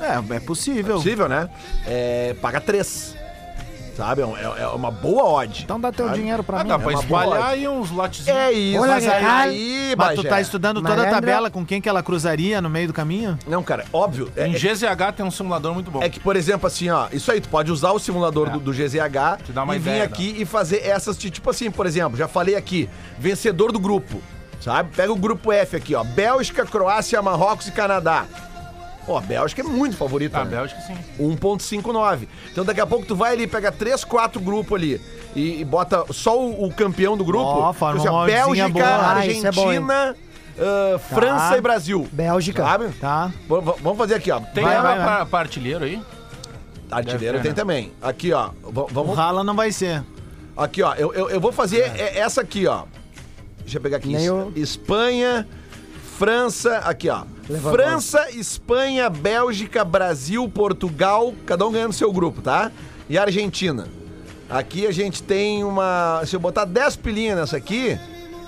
C: É, é possível.
E: Possível, né? É, paga três. Sabe? É, um- é- é uma boa odd.
C: Então dá teu dinheiro pra
F: Ah,
C: mim.
F: dá pra
E: uma boa
F: espalhar
E: hora.
F: aí uns lotezinhos.
E: é isso,
D: Olha,
E: mas aí,
D: cara,
E: aí
C: Mas tu
E: Bagé.
C: tá estudando toda a
D: Malandro.
C: tabela com quem que ela cruzaria no meio do caminho?
E: Não, cara, óbvio. É,
F: Em
E: é-
F: GZH tem um simulador muito bom.
E: é que, por exemplo, assim, ó, isso aí, tu pode usar o simulador do, do GZH
F: É. Te dá uma
E: e vir
F: ideia, né?
E: aqui e fazer essas, ti- tipo assim, por exemplo, já falei aqui, vencedor do grupo, sabe? Pega o grupo F aqui, ó, Bélgica, Croácia, Marrocos e Canadá. Pô, a Bélgica é muito favorita,
F: A
E: né?
F: Ah, Bélgica, sim.
E: 1.59. Então daqui a pouco tu vai ali, pega 3, 4 grupos ali e, e bota só o, o campeão do grupo.
C: Ó, forma
E: Tipo assim, ó,
C: uma
E: Bélgica,
C: oddzinha boa.
D: Ah, isso é bom, hein? Tá.
E: Argentina, ah, França e Brasil.
D: Bélgica.
E: Sabe?
C: Tá?
E: V- v- Vamos fazer aqui, ó.
F: Tem
C: Vai,
F: ela
C: vai, vai.
F: pra, pra artilheiro aí?
E: Artilheiro
F: Deve ter,
E: tem
F: né?
E: também. Aqui, ó. v-
C: O
E: Vamos.
C: Rala não vai ser.
E: Aqui, ó. Eu, eu, eu vou fazer é- essa aqui, ó. Deixa eu pegar aqui.
D: Nem
E: Es-
D: eu-
E: Espanha, França. Aqui, ó.
D: Levantou.
E: França, Espanha, Bélgica, Brasil, Portugal. Cada um ganhando seu grupo, tá? E Argentina. Aqui a gente tem uma. Se eu botar 10 pilinhas nessa aqui,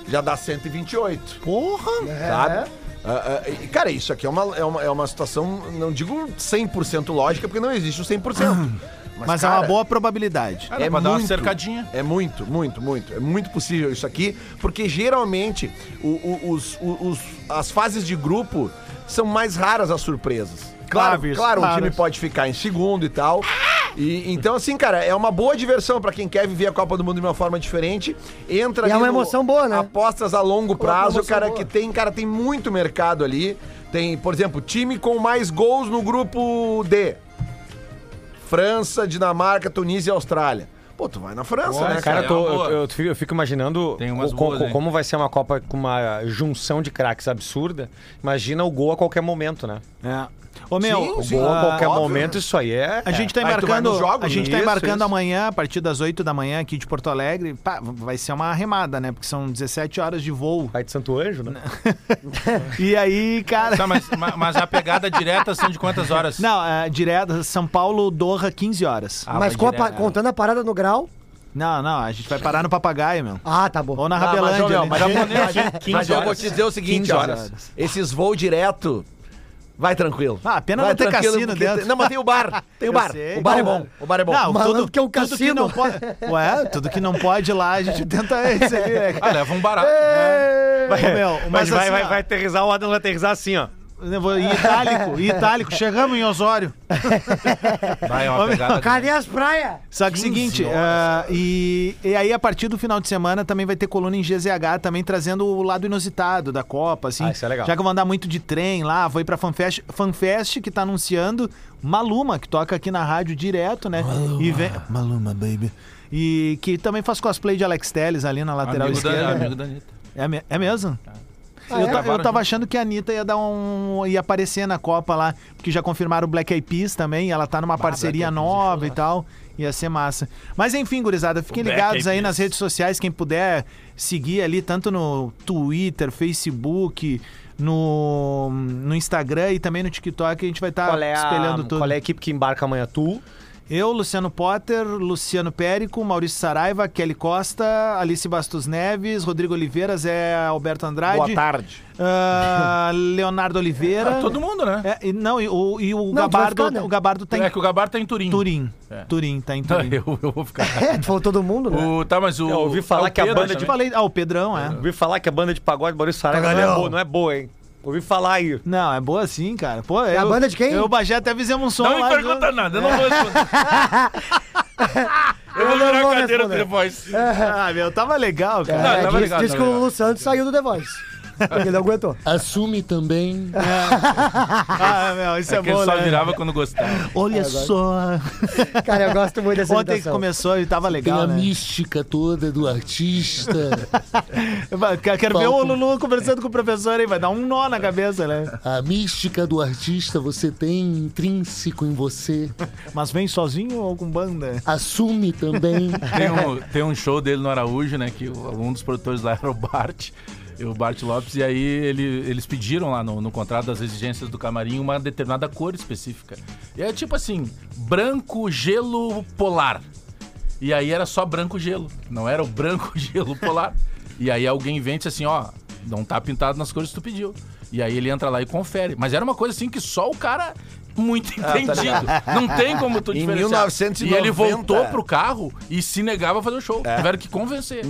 E: já dá 128.
C: Porra! É.
E: Sabe? Ah, ah, e, cara, isso aqui é uma, é, uma, é uma situação, não digo 100% lógica, porque não existe o 100%.
C: Mas é
E: cara,
C: uma boa probabilidade.
F: Ah, dá pra dar uma cercadinha.
E: É muito, muito, muito. É muito possível isso aqui, porque geralmente o- o- os- o- os- as fases de grupo são mais raras as surpresas. Claro,
C: Claves,
E: claro,
C: claves.
E: o time pode ficar em segundo e tal. E, então, assim, cara, é uma boa diversão pra quem quer viver a Copa do Mundo de uma forma diferente. Entra
D: E é
E: ali
D: uma
E: no
D: emoção boa, né?
E: Apostas a longo prazo,
D: emoção
E: cara,
D: boa.
E: que tem, cara, tem muito mercado ali. Tem, por exemplo, time com mais gols no grupo D. França, Dinamarca, Tunísia e Austrália. Pô, tu vai na França,
F: Olha,
E: né, cara?
G: Cara,
F: É
G: eu, tô-
F: uma boa.
G: eu- eu fico- eu fico imaginando
F: Tem umas
G: o- co-
F: boas, hein?
G: como vai ser uma Copa com uma junção de craques absurda. Imagina o gol a qualquer momento, né?
C: É. Ô meu,
G: O gol a
C: ah,
G: qualquer momento, isso aí é.
C: A gente tá
E: Aí tu vai
C: embarcando,
E: nos jogos,
C: a gente tá
G: né? Isso,
C: embarcando
G: isso.
C: amanhã, a partir das 8 da manhã aqui de Porto Alegre. Pá, vai ser uma remada, né? Porque são 17 horas de voo.
G: Pai de Santo Anjo, né?
C: E aí, cara.
F: Tá, mas, ma- mas a pegada direta são de quantas horas?
C: Não, é, direto, São Paulo, Doha, 15 horas.
F: Ah,
D: Mas
F: vai
D: com a
F: direto.
D: pa- contando a parada no grau.
C: Não, não, a gente vai parar no papagaio, meu.
D: Ah, tá bom.
C: Ou na
E: Ah, mas,
C: Rabelândia.
E: ô, meu,
C: né?
E: mas, eu- mas eu vou te dizer o
G: 15
E: seguinte, ó.
G: horas.
E: Esses voos direto Vai tranquilo.
C: Ah, pena
E: Vai
C: não ter
E: tranquilo,
C: cassino
E: porque
C: dentro.
E: tem- Não, mas tem o bar. Tem o
C: Eu
E: bar.
C: sei.
E: O bar é
C: Não,
E: bom. O bar é bom.
C: Não,
D: Malandro
C: tudo
D: que é um
C: tudo que
D: cassino.
C: não pode. Ué, tudo que não pode lá, a gente tenta receber. né,
F: Ah,
C: cara?
F: leva um barato.
C: Ô, meu,
G: Mas, vai,
C: assim,
G: vai,
C: ó,
G: vai aterrizar, o Adam vai aterrizar assim, ó.
C: eu vou- em itálico, em itálico. Chegamos em Osório.
F: Vai, é uma pegada.
D: Cadê as praias?
C: Só que o seguinte, ah, e, e aí a partir do final de semana também vai ter coluna em GZH, também trazendo o lado inusitado da Copa, assim.
G: Ah, isso é legal.
C: Já que eu vou andar muito de trem lá, vou ir pra FanFest, FanFest que tá anunciando Maluma, que toca aqui na rádio direto, né? Maluma, e vem, Maluma baby. E que também faz cosplay de Alex Telles ali na lateral
F: Amigo da,
C: esquerda.
F: amigo da Anitta.
C: É, me- é mesmo?
F: é?
G: Ah,
C: eu, ta- eu
F: Gravaram
C: tava
F: junto.
C: achando que a Anitta ia dar um. ia aparecer na Copa lá, porque já confirmaram o Black Eyed Peas também, ela tá numa parceria
F: é
C: nova e tal. Ia ser massa. Mas enfim, gurizada, fiquem
F: Black
C: ligados
F: Eyed
C: aí
F: Peas.
C: nas redes sociais, quem puder seguir ali, tanto no Twitter, Facebook, no, no Instagram e também no TikTok, a gente vai estar
G: Qual é, a,
C: espelhando tudo.
G: qual é a equipe que embarca amanhã? Tu?
C: Eu, Luciano Potter, Luciano Périco, Maurício Saraiva, Kelly Costa, Alice Bastos Neves, Rodrigo Oliveira, Zé Alberto Andrade.
G: Boa tarde.
C: Ah, Leonardo Oliveira.
F: Ah, todo mundo, né?
C: É, e não, e o, e o
D: vai
C: Gabardo,
D: ficar, né?
C: o Gabardo tá em
F: É que o Gabar tá em Turim.
C: Turim.
F: É.
C: Turim, tá em
F: Tá,
C: Turim.
F: Eu, eu vou ficar.
D: É, falou todo mundo, né?
F: O, tá, mas o.
G: Eu ouvi falar
F: é o
G: que a
F: Pedro
G: banda
C: Eu
G: de
C: te
F: também.
C: falei, ah, o Pedrão, é.
G: Ouvi falar que a banda de pagode Maurício Saraiva não é, boa, não é boa, hein? Ouvi falar aí.
C: Não, é boa sim, cara. Pô,
D: a
C: eu-
D: banda de quem?
C: Eu e o Bagé até fizemos um som
F: Não me
C: lá.
F: pergunta nada, eu não vou responder. eu vou virar
D: vou
F: a cadeira do
D: responder.
F: The Voice.
C: Ah, meu, tava legal, cara.
F: Não,
D: É,
F: tava
D: diz,
F: ligado,
D: diz
F: tava
D: que o
F: ligado.
D: Lu Santos saiu do The Voice. Porque ele não aguentou.
J: Assume também.
C: Ah, meu, isso é,
F: É que ele
C: bom,
F: só
C: né?
F: virava "É, quando gostava.
C: Olha só.
D: Cara, eu gosto muito dessa
C: Ontem que
D: imitação.
C: começou e tava
J: Tem a
C: legal, né?
J: mística toda do artista.
C: Eu Quero ver o
J: Falta.
C: Lulu conversando com o professor, hein? Vai dar um nó na cabeça, né?
J: A mística do artista você tem intrínseco em você.
C: Mas vem sozinho ou com banda?
J: Assume também.
F: Tem um, tem um show dele no Araújo, né? Que o- um dos produtores lá era o Bart. e O Bart Lopes, e aí ele, eles pediram lá no, no contrato das exigências do camarim uma determinada cor específica. E é tipo assim: branco gelo polar. E aí era só branco gelo, não era o branco gelo polar. E aí alguém vem e diz assim: ó, não tá pintado nas cores que tu pediu. E aí ele entra lá e confere. Mas era uma coisa assim que só o cara muito entendido. não tem como tu
E: Em
F: diferenciar.
E: 1990.
F: E ele voltou pro carro e se negava a fazer o show.
D: É.
F: Tiveram que convencer.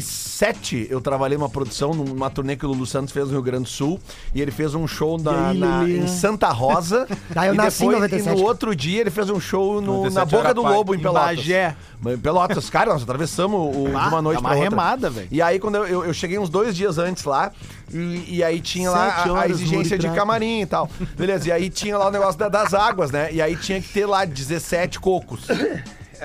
E: 97, eu trabalhei numa produção, numa turnê que o Lulu Santos fez no Rio Grande do Sul. E ele fez um show na, na- em Santa Rosa.
D: Ah, eu
E: e
D: nasci em
E: depois,
D: 97,
E: E no
D: cara.
E: outro dia ele fez um show no- na
F: 97
E: Boca do
F: Araquai,
E: Lobo, em
C: em
E: Pelotas.
C: Bagé.
E: Em Pelotas, cara, nós atravessamos o, de
C: Ah,
E: uma noite
C: dá uma
E: pra outra.
C: remada, velho.
E: E aí, quando eu, eu, eu cheguei uns dois dias antes lá, e, e aí tinha lá
C: Sete
E: a- a,
C: horas,
E: exigência
C: Muri
E: de
C: Prata.
E: camarim e tal. Beleza, e aí tinha lá o negócio da- das águas, né? E aí tinha que ter lá 17 cocos.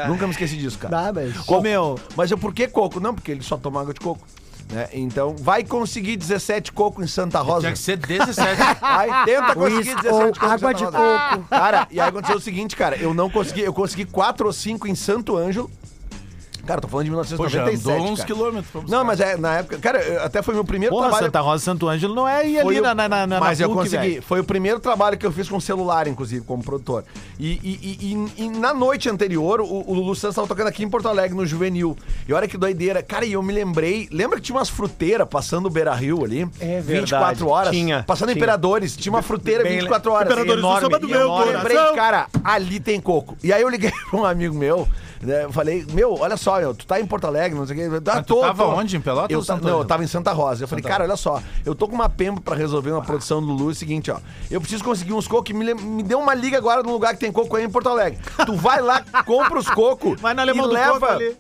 E: Nunca me esqueci disso, cara.
D: Ah, mas...
C: Ô, meu,
E: Mas eu por que coco? Não, porque ele só toma água de coco. Né? Então, vai conseguir 17 coco em Santa
F: Tinha
E: Rosa.
F: que ser 17.
E: Vai, tenta conseguir
D: Whisky
E: 17
D: ou
E: coco em
D: água
E: Santa
D: de
E: Rosa.
D: coco.
E: Cara, e aí aconteceu o seguinte, cara. Eu não consegui. Eu consegui 4 ou 5 em Santo Ângelo. Cara, tô falando de
F: Pô, já
E: 1997,
F: andou uns
E: cara.
F: quilômetros. pra buscar.
E: Não, mas é, na época... Cara, eu- até foi meu primeiro
C: porra,
E: trabalho...
C: Santa Rosa e Santo Ângelo não é ir
E: Foi
C: ali
E: o-
C: na, na, na, na
E: Mas eu
C: PUC,
E: consegui.
C: velho.
E: Foi o primeiro trabalho que eu fiz com celular, inclusive, como produtor. E, e- e- e- e na noite anterior, o, o Lulu Santos tava tocando aqui em Porto Alegre, no Juvenil. E olha que doideira. Cara, e eu me lembrei. Lembra que tinha umas fruteiras passando o Beira Rio ali?
G: É verdade.
E: 24 horas.
G: Tinha,
E: Passando
G: tinha.
E: Imperadores. Tinha uma fruteira
G: Bem le-
E: 24 horas.
G: Imperadores do samba do
E: E
G: meu
E: eu
G: coração.
E: lembrei, cara, ali tem coco. E aí eu liguei pra um amigo meu. né, eu falei, meu, olha só, meu, tu tá em Porto Alegre, não sei o que. Ah,
F: Mas tu tava onde, em Pelotas
E: Eu,
F: ou
E: ta-
F: Santo
E: não, eu
F: Ângelo?
E: tava em Santa Rosa. Eu falei, cara, olha só, eu tô com uma pemba pra resolver uma produção do Lulu, é o seguinte, ó. Eu preciso conseguir uns cocos, me, lem- me deu uma liga agora num lugar que tem coco aí em Porto Alegre. Tu vai lá, compra os cocos
C: Vai na Alemão do Coco ali.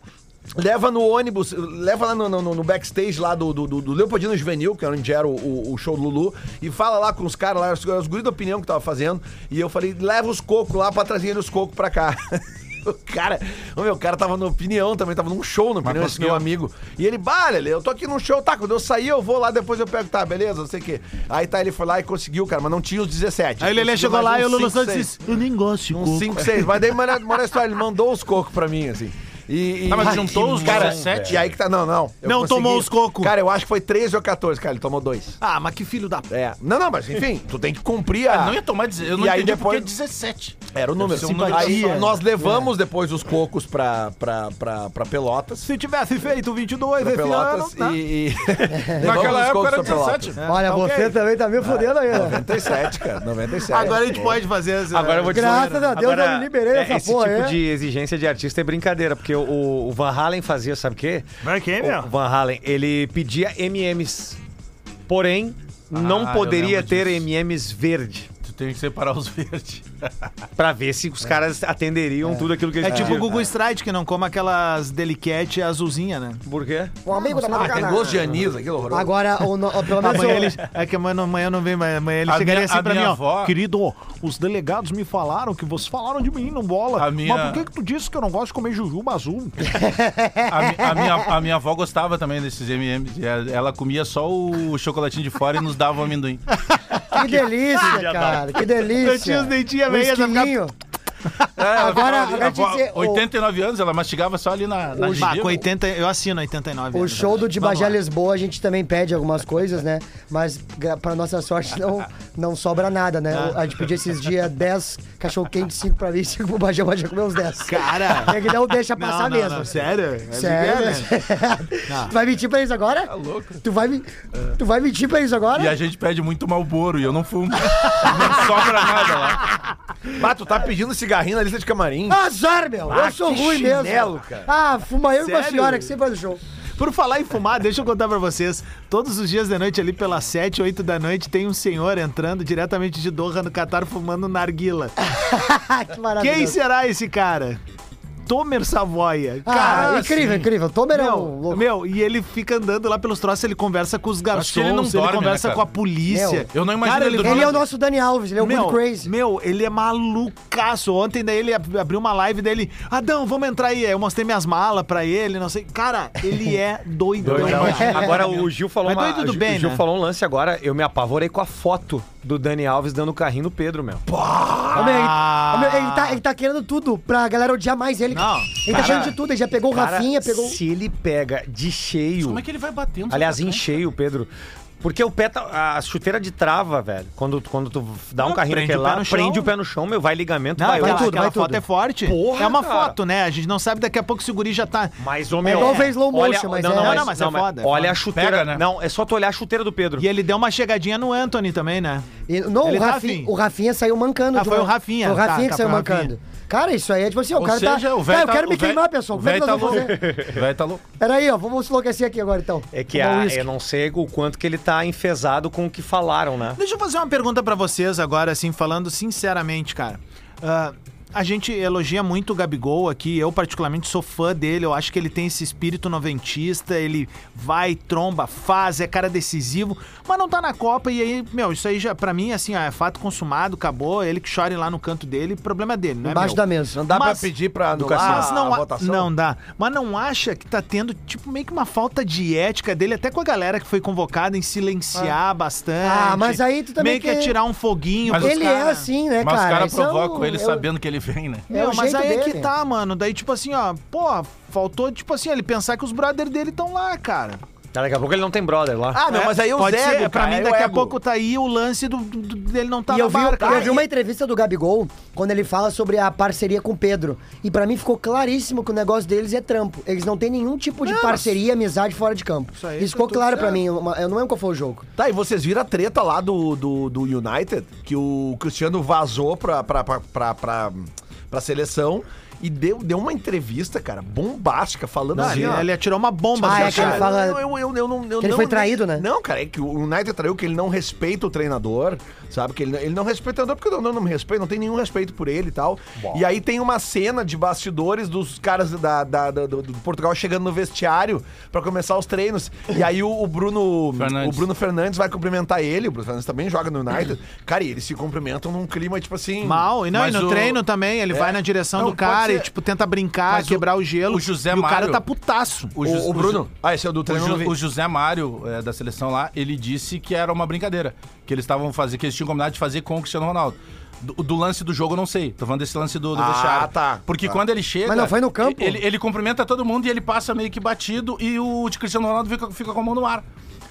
E: Leva no ônibus, leva lá no, no- no- no backstage lá do, do, do- do Leopoldino Juvenil, que é onde era o, o- o show do Lulu, e fala lá com os caras lá, os, os guris da opinião que tava fazendo, e eu falei, leva os cocos lá pra trazer os cocos pra cá. O cara, o meu cara tava na opinião também, tava num show no opinião, esse
F: conseguiu.
E: meu amigo. E ele, bah, Lelê, eu tô aqui num show, tá? Quando eu sair, eu vou lá, depois eu pego, tá, beleza, não sei o quê. Aí tá, ele foi lá e conseguiu, cara, mas não tinha os 17.
C: Aí o Lelê
E: Conseguiu
C: chegou lá
E: mais
C: e o
E: uns
C: Lulu
E: um cinco,
C: Santos
E: seis.
C: disse: Eu nem gosto de
E: Uns
C: coco.
E: 5, 6. Mas daí, mora mora a história, ele mandou os cocos pra mim, assim. E, e,
F: Tá, mas
E: Ah,
F: juntou
E: e,
F: os
E: cara,
F: 17?
E: E aí que tá, não, não. eu
C: Não tomou os cocos.
E: Cara, eu acho que foi 13 ou 14, cara, ele tomou dois.
C: Ah, mas que filho da. p.
E: É. Não, não, mas enfim, tu tem que cumprir a...
F: Não ia tomar. deze- Eu não
E: E aí
F: entendi
E: depois-
F: porque 17.
I: é-
E: Era o número.
F: ser um número
E: Aí nós levamos depois os cocos pra, pra, pra, pra Pelotas.
I: Se tivesse feito 22
E: Pra
I: esse
E: Pelotas
I: ano, né?
E: e. e... levamos
F: Naquela
E: os
F: época
E: cocos
F: era
E: pra Pelotas.
F: 17.
D: Olha,
I: tá
D: você
I: ok.
D: também tá me fodendo aí, ó.
E: 97, cara. 97.
I: Agora a gente pode fazer essa.
G: Agora eu vou te
D: Graças a Deus
G: Agora,
D: eu me liberei
G: é,
D: dessa
G: Esse
D: porra,
G: tipo
D: é.
G: de exigência de artista é brincadeira, porque o, o Van Halen fazia, sabe o quê?
K: Vai
I: É
K: quem, meu?
G: O Van Halen, ele pedia MMs. Porém,
I: Ah,
G: não
F: eu
G: poderia
F: lembro
G: ter
F: disso.
G: MMs verde.
F: Tu tem que separar os verdes.
G: Pra ver se os caras atenderiam tudo aquilo que eles
I: É tipo o
G: pediam.
I: Gugu Stride que não come aquelas delicate azulzinha, né?
G: Por quê?
D: Um amigo da
E: Tem
D: madrugada.
E: gosto de anis, aquilo é horroroso.
D: Agora, o, no- pelo menos eu,
I: Amanhã ele, é que amanhã, não- amanhã não vem, mas amanhã ele
F: A
I: chegaria
F: minha-
I: assim
F: a
I: pra mim,
F: minha
I: ó.
F: avó-
I: Querido, os delegados me falaram que vocês falaram de mim no bola.
F: A minha-
I: Mas por que, que tu disse que eu não gosto de comer jujuba azul?
D: É.
F: A, mi- a minha, a minha avó gostava também desses MMs. Ela- é, Ela comia só o chocolatinho de fora e nos dava o amendoim.
D: Que delícia, cara. Que delícia.
I: Eu tinha os dentinhos
D: Um
I: meio, essa
D: esquilinho. É, Agora, agora
F: A
D: te
F: avó,
D: dizer, o-
F: 89 anos, ela mastigava só ali na, na
I: Bah,
D: Ah,
F: gengiva.
I: com 80, eu assino 89.
D: O
I: né?
D: show do Dibajá Lisboa, a gente também pede algumas coisas, né? Mas, gra- pra nossa sorte, não, não sobra nada, né?
I: Ah.
D: A gente pediu esses dias 10 cachorro quente, 5 pra mim e 5 pro Bajá, o Bajá comeu uns 10.
I: Cara.
D: É que não deixa
I: Não,
D: passar
I: não,
D: mesmo.
I: não, sério? É
D: Sério?
I: brincadeira.
D: Tu vai mentir pra eles agora? Tá
F: louco.
D: Tu vai, me-
I: Ah.
D: tu vai mentir pra eles agora?
F: E a gente pede muito malboro e eu não fumo. não sobra nada lá.
E: Bah, tu tá pedindo cigarrinho na lista de camarim.
D: Azar, meu!
I: Ah,
D: eu sou
E: que
D: ruim
E: chinelo,
D: mesmo.
E: cara.
D: Ah, fuma eu e com a
I: Sério?
D: senhora que sempre faz o show.
I: Por falar em fumar, deixa eu contar pra vocês. Todos os dias da noite, ali pelas 7, 8 da noite, tem um senhor entrando diretamente de Doha, no Catar, fumando narguila.
D: Ah, que maravilha.
I: Quem será esse cara? Tomer Savoia.
D: Ah,
I: Cara,
D: incrível,
I: assim,
D: incrível. Tomer é um
I: Meu,
D: louco.
I: meu, e ele fica andando lá pelos troços, ele conversa com os garçons,
F: que ele
I: ele,
F: não dorme, né,
I: conversa
F: cara?
I: com a polícia.
D: Meu,
F: Eu não imagino
I: Cara,
F: ele
I: ele-
F: dormindo.
D: Ele é o nosso Dani Alves, ele é o
I: meu,
D: muito crazy.
I: meu, ele é malucaço. Ontem daí ele ab- abriu uma live dele. Adão, vamos entrar aí. Aí Eu mostrei minhas malas pra ele, não sei. Cara, ele é doidão.
G: Dois
I: cara.
G: a um. Agora o Gil falou
I: É. Mas
G: uma,
I: doido do
G: o Gil-
I: bem,
G: o Gil
I: né?
G: falou um lance agora, eu me apavorei com a foto do Dani Alves dando o carrinho no Pedro, meu.
D: Ô, meu, ele, ô, meu, ele tá, ele tá querendo tudo pra galera odiar mais ele.
I: Não,
D: ele tá cheio de tudo, ele já pegou o
G: Cara,
D: Rafinha, pegou.
G: Se ele pega de cheio.
F: Como é que ele vai batendo?
G: Aliás, em cheio, Pedro. Porque o pé tá, a chuteira de trava, velho. Quando, quando tu dá um
I: Não,
G: carrinho
I: prende
G: daquele
I: o pé
G: lá,
I: no chão.
G: prende o pé no chão, meu, vai ligamento,
I: Não,
G: vai,
I: aquela,
G: outro.
D: tudo,
I: aquela
D: vai
I: foto
D: tudo.
I: é forte.
G: Porra,
I: é uma
G: cara.
I: foto, né? A gente não sabe daqui a pouco se o guri já tá.
G: Mas, ô, meu, é.
D: igual ver slow
G: olha-
D: motion, mas
G: não,
D: é-
G: não,
D: Não,
G: mas,
I: não, mas é
G: não, mas
I: foda, é
G: Olha
I: foda.
G: a chuteira,
F: Pega, né?
G: não, é só tu olhar a chuteira do Pedro.
I: E é ele deu uma chegadinha no Anthony também, né?
D: E- não,
I: Ele
D: o,
I: tá
D: Rafinha,
I: afim.
D: o Rafinha saiu mancando.
I: Ah,
D: de
I: foi
D: uma-
I: o Rafinha.
D: Foi o Rafinha
I: Tá,
D: que
I: tá,
D: saiu
I: foi o Rafinha.
D: mancando. Cara, isso aí é tipo assim, ó, o
F: Ou
D: cara
F: seja,
D: tá.
F: o velho
D: cara,
F: tá-
D: eu quero
F: o
D: me
F: velho-
D: queimar, pessoal.
F: o
D: Como é que
F: velho
D: nós
F: tá
D: vamos fazer?
F: louco. O velho tá louco.
D: Peraí, ó, vamos enlouquecer aqui agora então.
G: É que
D: Tomar um
G: a,
D: uísque.
G: eu não sei o quanto que ele tá enfesado com o que falaram, né?
I: Deixa eu fazer uma pergunta pra vocês agora, assim, falando sinceramente, cara. Ah, a gente elogia muito o Gabigol aqui, eu particularmente sou fã dele, eu acho que ele tem esse espírito noventista, ele vai, tromba, faz, é cara decisivo, mas não tá na Copa e aí, meu, isso aí já, pra mim, assim, ó, é fato consumado, acabou, ele que chore lá no canto dele, problema dele,
C: né,
I: não é
D: Embaixo
I: meu.
D: da mesa.
E: Não dá
I: Mas-
E: pra pedir pra anular
I: Mas não,
E: a
I: a-
E: votação?
I: não dá. Mas não acha que tá tendo, tipo, meio que uma falta de ética dele, até com a galera que foi convocada em silenciar bastante.
D: Ah, mas aí tu também
I: Meio que é
D: quer-
I: tirar um foguinho.
F: Mas
I: pro
F: os
D: ele é
I: cara.
D: assim, né,
F: Mas os
D: cara?
F: caras
D: Isso é um-
F: provocam ele
D: é um-
F: sabendo que ele vem, né?
D: É
I: Meu,
D: o
I: mas
D: jeito
I: aí é que
D: dele.
I: tá, mano. Daí, tipo assim, ó, pô, faltou, tipo assim, ele pensar que os brother dele estão lá, cara.
G: Tá, Daqui a pouco ele não tem brother lá.
E: Ah, não, mas aí é os
I: Né? Pode ser,
E: ego,
I: pra
E: cara,
I: mim,
E: é o
I: daqui a
E: ego.
I: pouco tá aí o lance do, do- do- dele não tá
D: E
I: na
D: eu vi,
I: barca.
D: eu vi uma entrevista do Gabigol quando ele fala sobre a parceria com o Pedro. E pra mim ficou claríssimo que o negócio deles é trampo. Eles não têm nenhum tipo de parceria, amizade fora de campo. Isso,
I: aí tá
D: ficou
I: tudo
D: claro pra
I: certo.
D: mim. uma- Eu não lembro qual foi o jogo.
E: Tá, e vocês viram a treta lá do, do, do United, que o Cristiano vazou pra, pra, pra, pra, pra, pra seleção e deu, deu uma entrevista, cara, bombástica, falando
I: Não,
E: assim,
I: ele, é
E: ó,
I: ele atirou uma bomba.
D: Ah,
I: no
D: é que ele
I: cara.
D: fala-
E: Eu, eu, eu, eu não, eu
D: Que ele
E: não-
D: foi traído, né?
E: Não, cara, é que o United traiu que ele não respeita o treinador, sabe? Que ele, ele não respeita o treinador porque o treinador não me respeita, não tem nenhum respeito por ele e tal. E aí tem uma cena de bastidores dos caras da, da- da- do, do Portugal chegando no vestiário pra começar os treinos. E aí o, o Bruno
F: Fernandes.
E: o Bruno Fernandes vai cumprimentar ele, o Bruno Fernandes também joga no United. Cara, e eles se cumprimentam num clima tipo assim...
I: Mal, e, não, e
F: Mas
I: no
F: o-
I: treino também, ele
C: é.
I: vai na direção
F: Não,
I: do
F: pode
I: cara e,
F: ser.
I: tipo, tenta brincar,
F: É. Mas o-
I: quebrar o, gelo.
F: o José
I: e o cara
F: Mário-
I: tá putaço.
E: O,
F: Ju-
E: o Bruno.
F: Ju-
E: Ah, esse é o do
F: O,
E: treino.
F: Ju-
E: eu não vi.
F: o José Mário, é, da seleção lá, ele disse que era uma brincadeira. Que eles estavam fazendo, que eles tinham combinado de fazer com o Cristiano Ronaldo. Do, do lance do jogo, eu não sei. Tô falando desse lance do, do
E: Ah,
F: vestiário.
E: tá.
F: Porque
E: Tá.
F: quando ele chega.
D: Mas não foi no campo?
F: Ele, ele cumprimenta todo mundo e ele passa meio que batido e o de Cristiano Ronaldo fica, fica com a mão no ar.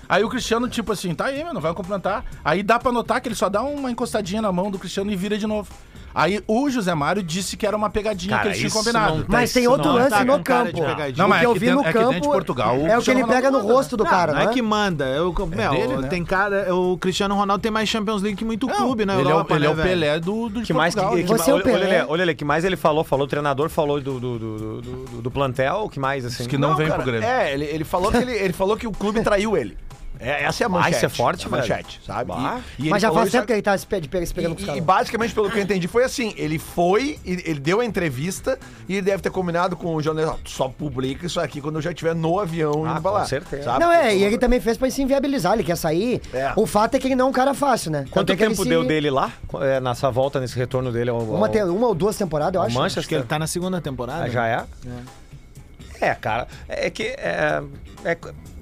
F: Aí o Cristiano, tipo assim, tá aí, mano, vai complementar. Aí dá pra notar que ele só dá um uma encostadinha na mão do Cristiano e vira de novo. Aí o José Mário disse que era uma pegadinha
G: Cara,
F: que eles tinham
G: isso
F: combinado.
G: não
D: Mas tem
G: Isso
D: outro
G: não é
D: lance
C: tá
D: no
C: com cara de
D: campo.
C: pegadinha.
D: o
F: Não, mas
D: que
F: é
D: eu
F: que
D: vi
F: dentro-
D: no
F: é que
D: campo
F: dentro de Portugal, o
D: é o que ele
F: Cristiano
D: pega no
F: Ronaldo manda,
D: rosto do cara, né?
C: não,
D: não
C: é que manda. É o, meu,
F: dele, né?
C: tem cara. O Cristiano Ronaldo tem mais Champions League que muito clube na
F: ele é o-
C: Europa.
F: ele é o,
C: né, velho?
F: Pelé do, do de
G: Que mais que,
F: Portugal,
G: que
F: né?
G: ma-
D: Você é o
G: olha,
D: Pelé.
G: olha, olha, olha, olha, que mais ele falou, falou o treinador, falou do, do, do, do- do- do plantel, que mais assim.
F: que não, vem pro Grêmio.
E: É, ele, ele falou que ele, ele falou que o clube traiu ele. É, essa é a manchete.
G: isso é forte,
E: a
G: velho.
E: manchete, sabe?
G: Bah.
E: E, e ele
D: Mas já
E: falou
D: faz
E: isso
D: tempo que ele tá se pe- de pe- se pegando com os
E: E, e
D: caras.
E: basicamente, pelo que eu entendi, foi assim: ele foi, e- ele deu a entrevista e ele deve ter combinado com o jornalista. "Ó, Só publica isso aqui quando eu já estiver no avião
G: Ah,
E: indo pra
G: com
E: lá.
G: certeza.
E: sabe?
D: Não, é, e ele também fez pra se inviabilizar, ele quer sair.
E: É.
D: O fato é que ele não é um cara fácil, né? Tanto
G: Quanto
D: é que ele
G: tempo
D: se-
G: deu dele lá? É, nessa volta, nesse retorno dele ao, ao,
D: Uma, te- uma ou duas temporadas, eu
G: ao
C: Acho
D: acho.
C: que
I: é
G: Manchester?
C: ele tá na segunda temporada.
G: Ah, já é? é? cara. É que. É, é-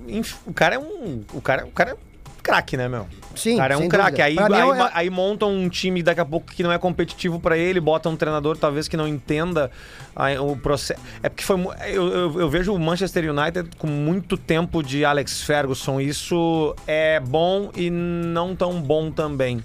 G: inf- o cara é um. O cara, o cara é um craque, né, meu?
D: Sim,
G: O cara é um
D: sem
G: craque.
D: dúvida.
G: Aí,
D: Pra mim é
G: aí,
D: um-
G: ba- aí montam um time daqui a pouco que não é competitivo pra ele, bota um treinador talvez que não entenda aí o processo. É porque foi. mu- Eu, eu- eu vejo o Manchester United com muito tempo de Alex Ferguson. Isso é bom e não tão bom também.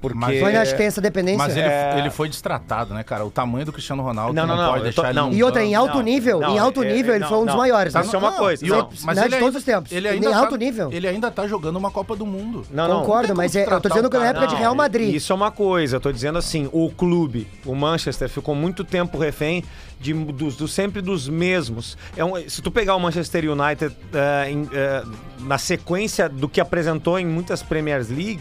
G: Porque.
F: Mas
D: Então
F: foi
D: ele acho que tem essa dependência.
F: Mas ele,
G: É.
F: ele foi destratado, né, cara? O tamanho do Cristiano Ronaldo
G: Não,
F: não,
G: não, não,
F: pode
G: eu tô-
F: deixar ele
G: não.
F: no
D: E outra,
F: banco.
D: em alto
G: Não,
D: nível,
G: não,
D: em alto
G: é-
D: nível,
G: é-
D: ele foi um dos
G: não,
D: maiores.
G: tá
D: né?
G: Isso é uma
F: Não,
G: coisa,
F: e
G: não.
F: outra- mas
D: Não,
F: ele
D: de
F: ainda-
D: todos os tempos.
F: Ele
D: Em
F: ainda
D: alto
F: tá-
D: nível.
F: Ele ainda tá jogando uma Copa do Mundo.
G: Não, não.
F: Não
D: Concordo,
F: tem
D: mas é,
F: como
D: eu tô
F: tratar
D: dizendo
F: o
D: que na
F: cara.
D: época de
G: Não,
D: Real Madrid.
G: Isso é uma coisa, eu tô dizendo assim, o clube, o Manchester, ficou muito tempo refém de, dos, dos- sempre dos mesmos. É um- se tu pegar o Manchester United eh, em, eh, na sequência do que apresentou em muitas Premier League,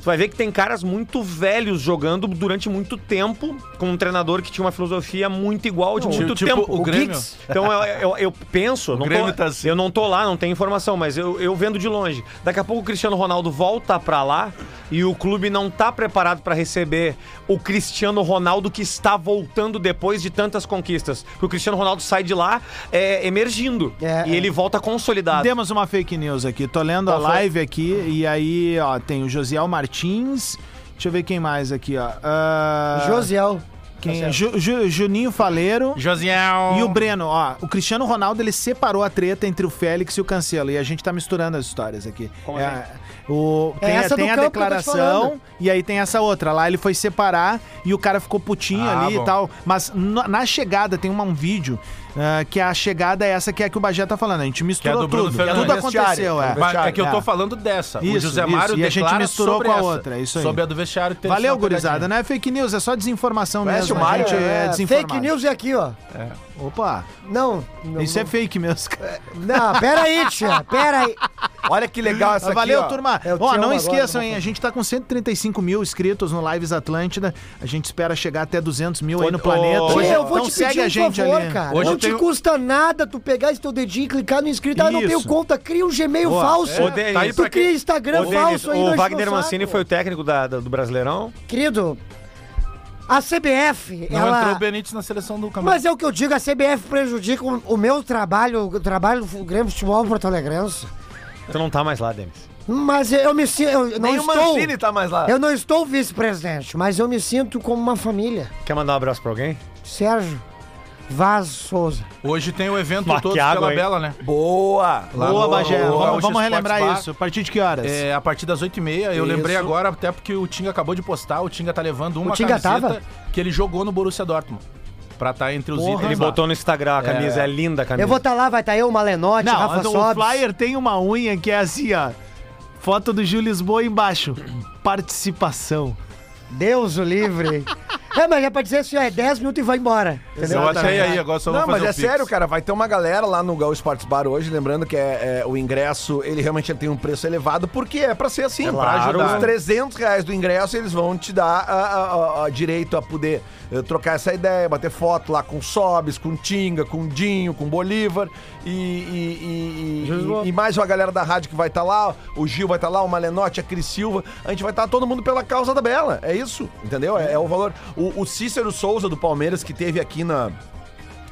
G: tu vai ver que tem caras muito velhos jogando durante muito tempo com um treinador que tinha uma filosofia muito igual de muito
F: tipo,
G: tempo.
F: o Grêmio.
G: Giggs. Então eu, eu, eu penso, não tô,
F: Grêmio tá assim.
G: eu não tô lá, não tenho informação, mas eu, eu vendo de longe. Daqui a pouco o Cristiano Ronaldo volta pra lá e o clube não tá preparado pra receber o Cristiano Ronaldo que está voltando depois de tantas conquistas. Porque o Cristiano Ronaldo sai de lá é, emergindo
D: É,
G: e
D: é.
G: ele volta consolidado.
C: Temos uma fake news aqui. Tô lendo a
G: Qual foi?
C: live aqui e aí, ó, tem o Josiel Martins. Deixa eu ver quem mais aqui, ó. Ah, tá
D: Josiel.
C: quem- é? Ju- Ju- Juninho Faleiro.
F: Josiel.
C: E o Breno, ó, o Cristiano Ronaldo ele separou a treta entre o Félix e o Cancelo. E a gente tá misturando as histórias aqui. é,
F: assim?
C: o,
D: É
C: tem a-
D: essa do
C: tem a
D: campo que eu tô te
C: declaração
D: falando.
C: e aí tem essa outra. Lá ele foi separar e o cara ficou putinho
F: Ah,
C: ali
F: bom.
C: e tal. Mas no- na chegada tem uma- um vídeo ah, que a chegada é essa que é que o Bagé tá falando. A gente
F: Que é
C: misturou
F: do Bruno
C: tudo.
F: Fernandes.
C: Tudo aconteceu, é.
F: Mas é que eu
C: É.
F: tô falando dessa. o
C: Isso,
F: José
C: isso.
F: Mário
C: E a gente
F: declara
C: misturou
F: sobre
C: com a
F: essa,
C: outra, é isso aí.
F: Sobre a do vestiário. que teve
C: Valeu,
F: uma pegadinha.
C: gurizada. Não é fake news, é só desinformação
E: Conhece
C: mesmo.
E: o Mário?
C: a gente é,
D: É,
C: desinformado.
D: fake news é aqui, ó.
C: Opa,
D: Não. não
C: isso é fake mesmo, cara.
D: Não, pera aí, tia. Pera aí.
E: Olha que legal essa
C: Ah, Valeu,
E: aqui, ó.
C: turma.
D: É o
C: Ó,
D: tchau
C: não
D: agora,
C: esqueçam,
D: não
C: hein?
D: vou
C: A gente tá com 135 mil inscritos no Lives Atlântida. A gente espera chegar até 200 mil aí no
F: Ô,
C: planeta.
F: ô, Hoje-
D: Tia, eu vou
C: então
D: te
C: segue
D: pedir
C: a
D: um
C: gente
D: favor,
C: ali. né?
D: cara.
F: Hoje
D: não
F: eu tenho-
D: te custa nada tu pegar esse teu dedinho e clicar no inscrito. Ah, não
C: Isso.
D: tenho conta. Cria um Gmail
C: Boa.
D: falso.
G: Ô, Denis, tá aí
D: tu
G: pra
D: cria
G: quem-
D: Instagram
G: Ô, Denis,
D: um falso. aí, não
G: o
D: enche
G: Wagner
D: meu
G: Mancini
D: saco.
G: foi o técnico da- da- do Brasileirão.
D: Querido, a CBF,
F: Não
D: ela...
F: entrou o Benítez na seleção do campeonato.
D: Mas é o que eu digo, a CBF prejudica o, o meu trabalho, o trabalho do Grêmio Futebol Porto Alegrense.
G: Tu não tá mais lá, Denis.
D: Mas eu me sinto. Eu não
E: Nem o
D: estou.
E: Mancini tá mais lá.
D: Eu não estou vice-presidente, mas eu me sinto como uma família.
G: Quer mandar um abraço pra alguém?
D: Sérgio Vaz Souza.
F: Hoje tem o evento
G: Mas
F: todo
G: que água,
F: pela
G: hein?
F: Bela, né?
E: Boa!
F: Lá
C: Boa,
F: no-
C: Bagé.
F: no
C: é. Vamos,
F: Gaúcho
C: vamos
F: Sports
C: relembrar
F: Bar.
C: isso. A partir de que horas?
F: É, a partir das 8h30, eu lembrei agora, até porque o Tinga acabou de postar, o Tinga tá levando uma
D: Tinga
F: camiseta
D: tava?
F: que ele jogou no Borussia Dortmund. Pra estar entre os itens.
G: Ele
F: lá.
G: botou no Instagram a camisa, é, linda a camisa.
D: Eu vou estar lá, vai estar eu, Malenotti,
C: Não,
D: Rafa
C: o
D: Sobes.
C: Flyer tem uma unha que é assim, ó. Foto do Gil Lisboa embaixo. Participação.
D: Deus o livre. é, mas é pra dizer assim, ó, é 10 minutos e vai embora.
F: Eu achei aí, agora só vou
E: Não,
F: fazer
E: mas é
F: o pix.
E: sério, cara. Vai ter uma galera lá no Gaúcho Sports Bar hoje, lembrando que é, é, o ingresso, ele realmente tem um preço elevado, porque é pra ser assim. pra
G: claro.
E: ajudar. Os 300 reais do ingresso, eles vão te dar a, a- a- a direito a poder eh, trocar essa ideia, bater foto lá com Sobes, com Tinga, com Dinho, com Bolívar e, e- e- e- e mais uma galera da rádio que vai estar lá, o Gil vai estar lá, o Malenotti, a Cris Silva. A gente vai estar todo mundo pela causa da Bela. É isso, entendeu? É, é o valor. O, o Cícero Souza do Palmeiras, que teve aqui na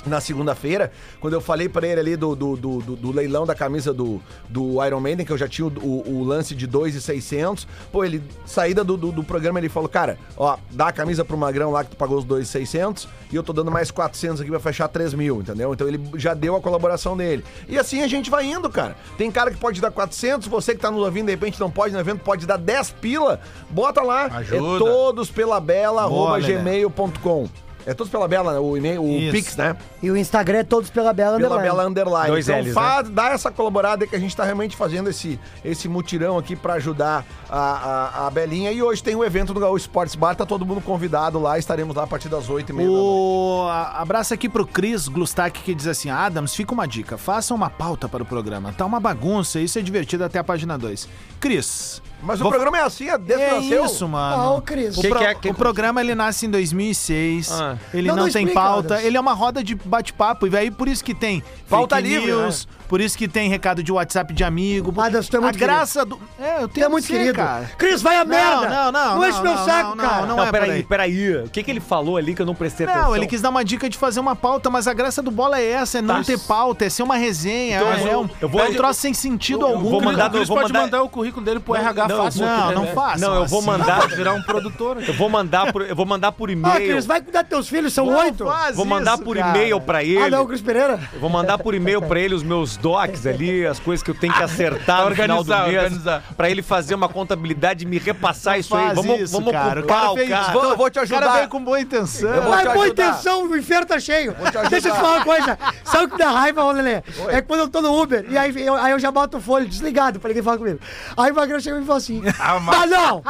E: na segunda-feira, quando eu falei pra ele ali do, do, do, do- do leilão da camisa do, do Iron Maiden, que eu já tinha o, o- o lance de 2,600, pô, ele, saída do, do, do programa, ele falou, cara, ó, dá a camisa pro Magrão lá que tu pagou os 2,600 e eu tô dando mais 400 aqui pra fechar 3 mil, entendeu? Então ele já deu a colaboração dele. E assim a gente vai indo, cara. Tem cara que pode dar 400, você que tá nos ouvindo, de repente não pode no evento, pode dar 10 pila, bota lá, é
F: Ajuda.
E: todos pela bela, arroba
C: Boa, Lelé.
E: gmail.com. É todos pela bela, né? o e-mail, o
C: Isso.
E: Pix, né?
D: E o Instagram é todos pela Bela
E: Pela
D: Underline.
E: Bela Underline.
G: Dois
E: então
G: Ls,
E: faz- dá essa colaborada aí que a gente tá realmente fazendo esse, esse mutirão aqui pra ajudar a, a, a Belinha. E hoje tem um evento do Gaúcho Sports Bar, tá todo mundo convidado lá, estaremos lá a partir das 8h30 da noite.
C: O a- abraço aqui pro Cris Glustak que diz assim: Adams, fica uma dica, faça uma pauta para o programa. Tá uma bagunça, isso é divertido até a página 2. Cris.
E: Mas o
C: vou-
E: programa é assim, é desde que
C: É
E: nasceu.
C: isso,
D: Ó, o
C: mano.
D: Cris.
C: O,
G: Que
C: pro-
G: que é- que-
C: o programa ele nasce em 2006,
G: Ah.
C: ele
D: Não,
C: não,
D: não
C: tem
D: explica,
C: pauta,
D: Adams.
C: ele é uma roda de bate-papo, e aí por isso que tem
E: Pauta
C: fake
E: livre,
C: news, por isso que tem recado de WhatsApp de amigo.
D: Adams, tu é
C: a
D: muito
C: graça do. É, eu
D: Tu
C: tenho
D: é muito
C: que ser,
D: querido.
C: cara.
D: Cris, vai a merda!
C: Não, não, não.
D: Não enche meu saco,
C: não,
D: cara.
C: Não,
G: Não,
C: é por
G: peraí,
C: aí.
G: peraí. O que, que ele falou ali que eu não prestei atenção?
C: Não, ele quis dar uma dica de fazer uma pauta, mas a graça do bola é essa, é não
G: Tá.
C: ter pauta, é ser uma resenha,
G: Então,
C: é,
G: eu-
C: é um,
G: eu vou-
C: é um troço sem sentido algum.
G: vou
C: cara.
G: mandar
F: o
G: no-
F: Cris
G: vou
F: pode
G: mandar-
F: mandar o currículo dele pro RH
G: não,
F: fácil.
C: Não,
F: aqui,
C: não
F: né?
C: faça.
G: Não, eu vou mandar.
F: Virar um produtor.
G: Eu vou mandar por, eu vou mandar por
D: Ah,
G: e-mail.
D: Cris, vai cuidar dos teus filhos, são
C: Não
D: oito.
C: faz
G: vou mandar
C: isso,
G: por
C: cara.
G: e-mail pra ele.
D: Ah, não, Cris Pereira.
G: Eu vou mandar por e-mail pra ele os meus docs ali, as coisas que eu tenho que acertar no final do
F: Organizar,
G: mês.
F: organizar.
G: Pra ele fazer uma contabilidade e me repassar isso aí.
C: Faz
G: Vamos,
C: isso,
G: vamos
C: cara. O
G: ocupar
C: cara
G: o
C: fez-
G: cara.
E: Vou- eu vou te
C: O cara veio
E: ajudar.
C: com boa intenção.
E: Eu vou te
D: Mas boa
E: ajudar.
D: intenção, o inferno tá cheio.
E: ajudar.
D: Deixa eu te falar uma coisa. Sabe o que dá raiva, ô Lelê? É quando eu tô no Uber e aí eu, aí eu já boto o fone desligado pra ninguém falar comigo. Aí o Magrão chega e me fala assim: Ah, mas não!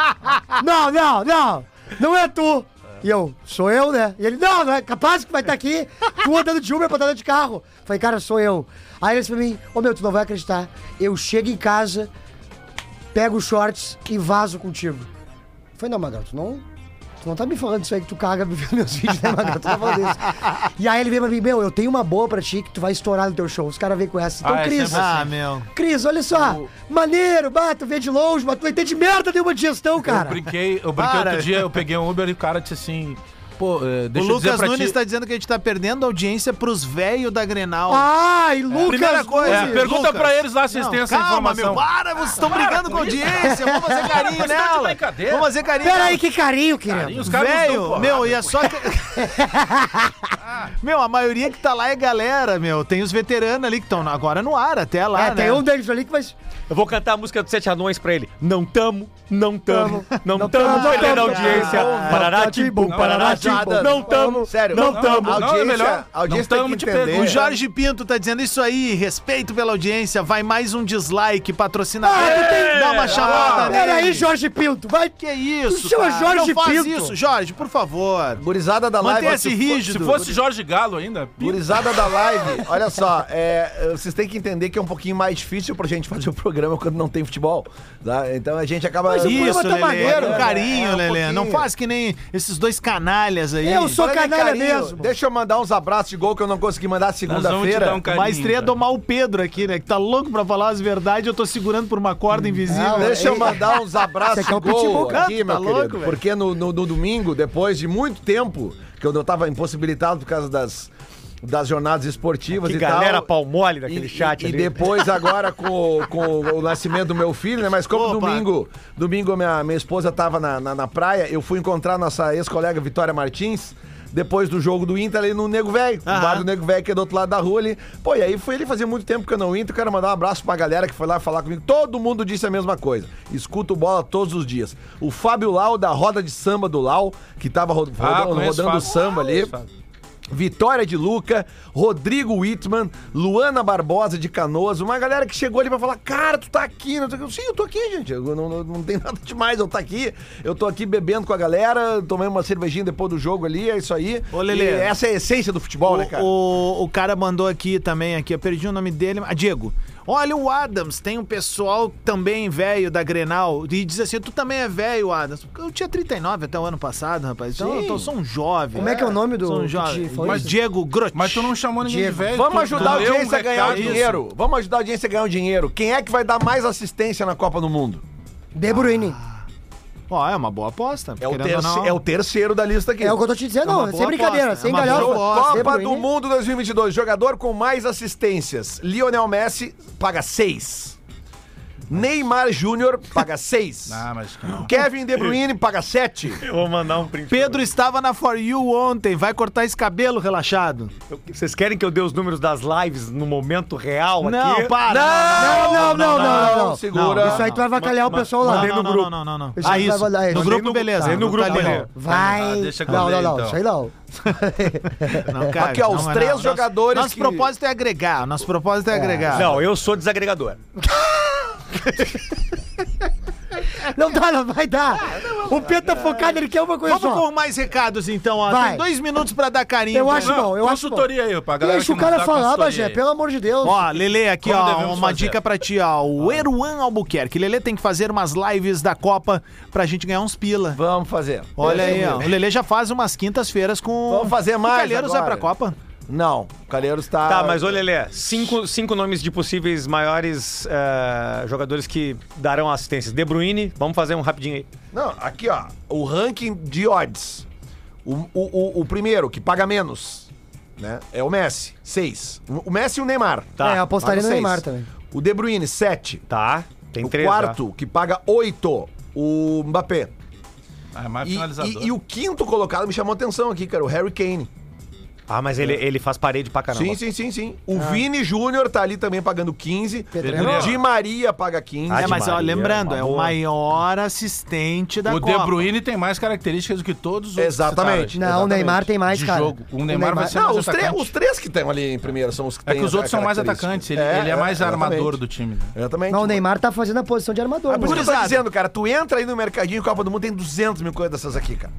D: Não, não, não! Não é tu! E eu, sou eu, né? E ele, não, não é capaz que vai estar aqui, tu andando de Uber pra estar de carro. Falei, cara, sou eu. Aí ele disse pra mim, ô meu, tu não vai acreditar. Eu chego em casa, pego os shorts e vazo contigo. Eu Falei, não, Magrão, tu não. Tu não tá me falando isso aí que tu caga vendo meus vídeos, né, Magrão? Tu tá falando isso. E aí ele veio pra mim, meu, eu tenho uma boa pra ti que tu vai estourar no teu show. Os caras vêm com essa. Então,
F: Ah, é
D: Cris.
F: sempre assim.
C: Ah, meu.
D: Cris, olha só. Maneiro, bato, vê de longe, mas tu não entende merda nenhuma de gestão,
F: Eu
D: cara.
F: brinquei, eu brinquei
C: Para.
F: outro dia, eu peguei um Uber e o cara disse assim. Pô, eh,
C: O
F: deixa eu dizer
C: Lucas
F: pra
C: Nunes
F: ti...
C: tá dizendo que a gente tá perdendo audiência pros velhos da Grenal.
D: Ai, Ah, Lucas.
C: Primeira coisa,
F: É, pergunta
C: Lucas.
F: pra eles lá se eles
C: Não,
F: têm essa
C: calma,
F: informação.
C: meu, para, vocês estão brigando com a audiência, vamos fazer carinho
F: Você tá de
C: nela.
F: brincadeira?
C: Vamos fazer
I: é.
C: carinho nela.
D: Peraí, que carinho, querido.
F: E os caras nos dão
C: Velho,
F: porrada.
C: meu, e é só. que- meu, a maioria que tá lá é galera, meu. Tem os veteranos ali que estão agora no ar, até lá.
D: é,
C: né?
D: tem um deles ali que vai.
G: Eu vou cantar a música dos Sete Anões pra ele. Não tamo, não tamo, não tamo,
D: tamo,
G: perdendo a
D: não
G: audiência.
E: tamo.
G: Parará, timbum, parará, timbum. Não tamo.
E: Sério,
G: não tamo.
E: A audiência,
F: Não, é melhor.
E: a audiência
F: Não
E: tem
F: tamo,
E: que
F: te
E: entender.
F: pergunto.
C: O Jorge Pinto tá dizendo isso aí, respeito pela audiência, vai mais um dislike, patrocina. Ah, Dá uma
I: Ah,
C: chamada nele.
D: Ah! Peraí, Jorge Pinto, vai.
C: Que isso?
D: Tu chama
C: cara?
D: Jorge
C: Não faz
D: Pinto.
C: isso, Jorge, por favor.
E: Gurizada da live.
C: Mantenha-se
E: se for-
C: rígido.
F: Se fosse Jorge Galo ainda,
E: Gurizada da live, olha só, é, vocês têm que entender que é um pouquinho mais difícil pra gente fazer o programa quando não tem futebol. tá? Então a gente acaba.
I: é.
C: Isso,
D: programa
C: Lelê,
D: tá maneiro,
C: com
E: né?
C: carinho,
E: É, um
C: Lelê. Não
E: pouquinho.
C: faz que nem esses dois canalhas aí.
D: Eu sou
E: Olha,
D: canalha
E: carinho,
D: mesmo.
E: Deixa eu mandar uns abraços de gol que eu não consegui mandar
F: nós vamos te
E: segunda-feira.
F: dar um carinho.
C: Mas teria
F: cara.
C: domar o Pedro aqui, né? Que tá louco pra falar as verdades, eu tô segurando por uma
D: Hum.
C: corda
D: Ah,
I: né?
C: invisível. É
E: Deixa eu mandar uns abraços
D: Esse aqui é o
E: de gol
D: Pitbull,
C: cara.
E: aqui,
C: Tá
E: meu
C: louco,
E: querido.
C: velho?
E: Porque no, no- no domingo, depois de muito tempo, que eu não tava impossibilitado por causa das, das jornadas esportivas
G: Que
E: e
G: tipo, galera
E: tal.
G: pau mole
E: E-
G: daquele chat
E: e,
G: ali.
E: E depois agora com, o- com o nascimento do meu filho, né? Mas como
C: Opa.
E: domingo, domingo minha, minha esposa tava na, na, na praia, eu fui encontrar nossa ex-colega Vitória Martins. Depois do jogo do Inter ali no Nego Velho, no
C: Aham.
E: bar do Nego Velho, que é do outro lado da rua ali. Pô, e aí foi ele fazia muito tempo que eu não entro. Quero mandar um abraço pra galera que foi lá falar comigo. Todo mundo disse a mesma coisa. Escuto bola todos os dias. O Fábio Lau, da roda de samba do Lau, que tava ro- rodando,
F: Ah, conheço
E: rodando
F: o Fábio.
E: samba ali. Vitória de Luca, Rodrigo Whitman, Luana Barbosa de Canoas, uma galera que chegou ali pra falar: Cara, tu tá aqui? Não sei o quê." Sim, eu tô aqui, gente. Eu não, não, não tem nada demais, eu tô aqui. Eu tô aqui bebendo com a galera, tomei uma cervejinha depois do jogo ali, é isso aí.
C: Ô, Lelê.
E: E essa é a essência do futebol, né, cara?
C: O, o cara mandou aqui também, aqui, eu perdi o nome dele. Ah, Diego. Olha o Adams, tem um pessoal também velho da Grenal. E diz assim: tu também é velho, Adams. Eu tinha 39 até o ano passado, rapaz. Então eu tô, sou um jovem.
D: Como é que é o nome do-
C: Sou um
D: que
C: jovem.
D: te falou
C: Mas
D: isso?
C: Diego Grotti.
F: Mas tu não chamou ninguém de velho. tu-
E: Vamos
F: tu
E: ajudar a
F: leu um
E: audiência a ganhar o
F: recado.
E: dinheiro. Vamos ajudar a audiência a ganhar o dinheiro. Quem é que vai dar mais assistência na Copa do Mundo?
D: De Bruyne.
I: Ó, é uma boa aposta.
E: É o,
I: querendo
E: terce-
I: ou não.
E: é o terceiro da lista aqui.
D: É o que eu tô te dizendo,
I: É uma
D: não.
I: boa
D: Sem brincadeira,
I: aposta, é
D: sem
I: uma
D: galhofa.
I: boa
E: Jogo
I: aposta.
D: De
E: Copa
D: Bruyne.
E: do Mundo 2022. Jogador com mais assistências. Lionel Messi paga 6. Neymar Júnior paga 6.
F: Ah, mas que não.
E: Kevin De Bruyne paga 7.
G: Eu vou mandar um print.
I: Pedro estava na For You ontem, vai cortar esse cabelo relaxado.
G: Vocês querem que eu dê os números das lives no momento real aqui?
I: Não, para.
D: Não, não, não, não, não.
E: segura.
D: Isso aí tu vai avacalhar o pessoal lá.
G: mandei
I: Não,
G: no
I: não,
G: grupo.
I: não, não, não.
D: Isso
I: Ah,
D: aí
I: isso.
D: vai lá,
I: No
D: mandei
I: grupo,
D: no
I: beleza.
D: grupo.
G: Aí no
I: Não
G: grupo
I: tá ali,
G: ali.
D: Vai.
F: Ah, deixa que eu
D: não,
F: leio,
D: não, não.
F: então.
D: Isso aí não.
I: não. Não, cabe,
E: Aqui, ó, os
I: não,
E: três
I: não. Nosso-
E: jogadores
I: Nosso
E: que-
I: propósito é agregar, nosso propósito é agregar.
G: Não, eu sou desagregador.
D: Não dá, não vai dar. O Pedro tá focado, ele quer uma coisa
I: Vamos
D: só.
I: com mais recados então, ó.
D: Vai.
I: Tem dois minutos pra dar carinho.
D: Eu
I: pra-
D: acho bom, eu acho bom.
F: né? consultoria aí, pra galera
D: Deixa
F: que
D: o
F: não
D: cara
F: dá
D: falar,
F: consultoria
D: Bagé,
F: aí.
D: pelo amor de Deus.
I: Ó, Lele, aqui,
F: Como
I: ó,
F: devemos
I: uma
F: fazer?
I: dica pra ti, ó. O
C: assim, um
I: Erwan Albuquerque. Lele tem que fazer umas lives da Copa pra gente ganhar uns pila.
E: Vamos fazer.
I: Olha aí, ó. O Lele já faz umas quintas-feiras com.
E: Vamos fazer
I: O
E: mais
I: Calheiros vai
E: agora.
I: pra Copa.
E: Não, o Calheiros tá.
G: Tá, mas ô Lelê, cinco, cinco nomes de possíveis maiores eh, jogadores que darão assistências. De Bruyne, vamos fazer um rapidinho aí.
E: Não, aqui, ó. O ranking de odds. O, o, o, o primeiro, que paga menos, né? É o Messi, 6. O Messi e o Neymar.
G: Tá.
D: É, eu apostaria no
E: Paga seis.
D: Neymar também.
E: O De Bruyne, 7.
G: Tá, tem
E: O
G: três.
E: quarto, que paga 8, o Mbappé.
F: Ah, é mais
E: E,
F: finalizador.
E: e- e o quinto colocado me chamou atenção aqui, cara, o Harry Kane.
G: já. Ah, mas ele, ele faz parede pra caramba.
E: Sim, sim, sim, sim. O Vini Júnior tá ali também pagando 15.
F: Pedreiro.
E: O Di Maria paga 15.
G: Ah,
I: É,
G: de
I: mas ó,
G: Maria,
I: lembrando,
G: uma
I: é o
G: boa.
I: maior assistente da
F: o
I: Copa.
F: De Bruyne tem mais características do que todos os
E: Exatamente.
F: citados.
D: Não, o Neymar tem mais,
F: De
D: cara.
F: jogo. O Neymar vai ser
E: Não,
F: é mais
E: os, três-
F: atacante.
E: os três que estão ali em primeiro são os que
F: É
E: têm
F: que os outros
E: essa
F: são mais
E: característica.
F: atacantes. Ele é, ele é mais armador do time. né?
E: Exatamente.
D: Não, o Neymar tá fazendo a posição de
E: É
D: armador.
E: por isso que eu tô
I: Gurizada.
E: dizendo, cara, tu entra aí no mercadinho Copa do Mundo, tem 200 mil coisas dessas aqui, cara.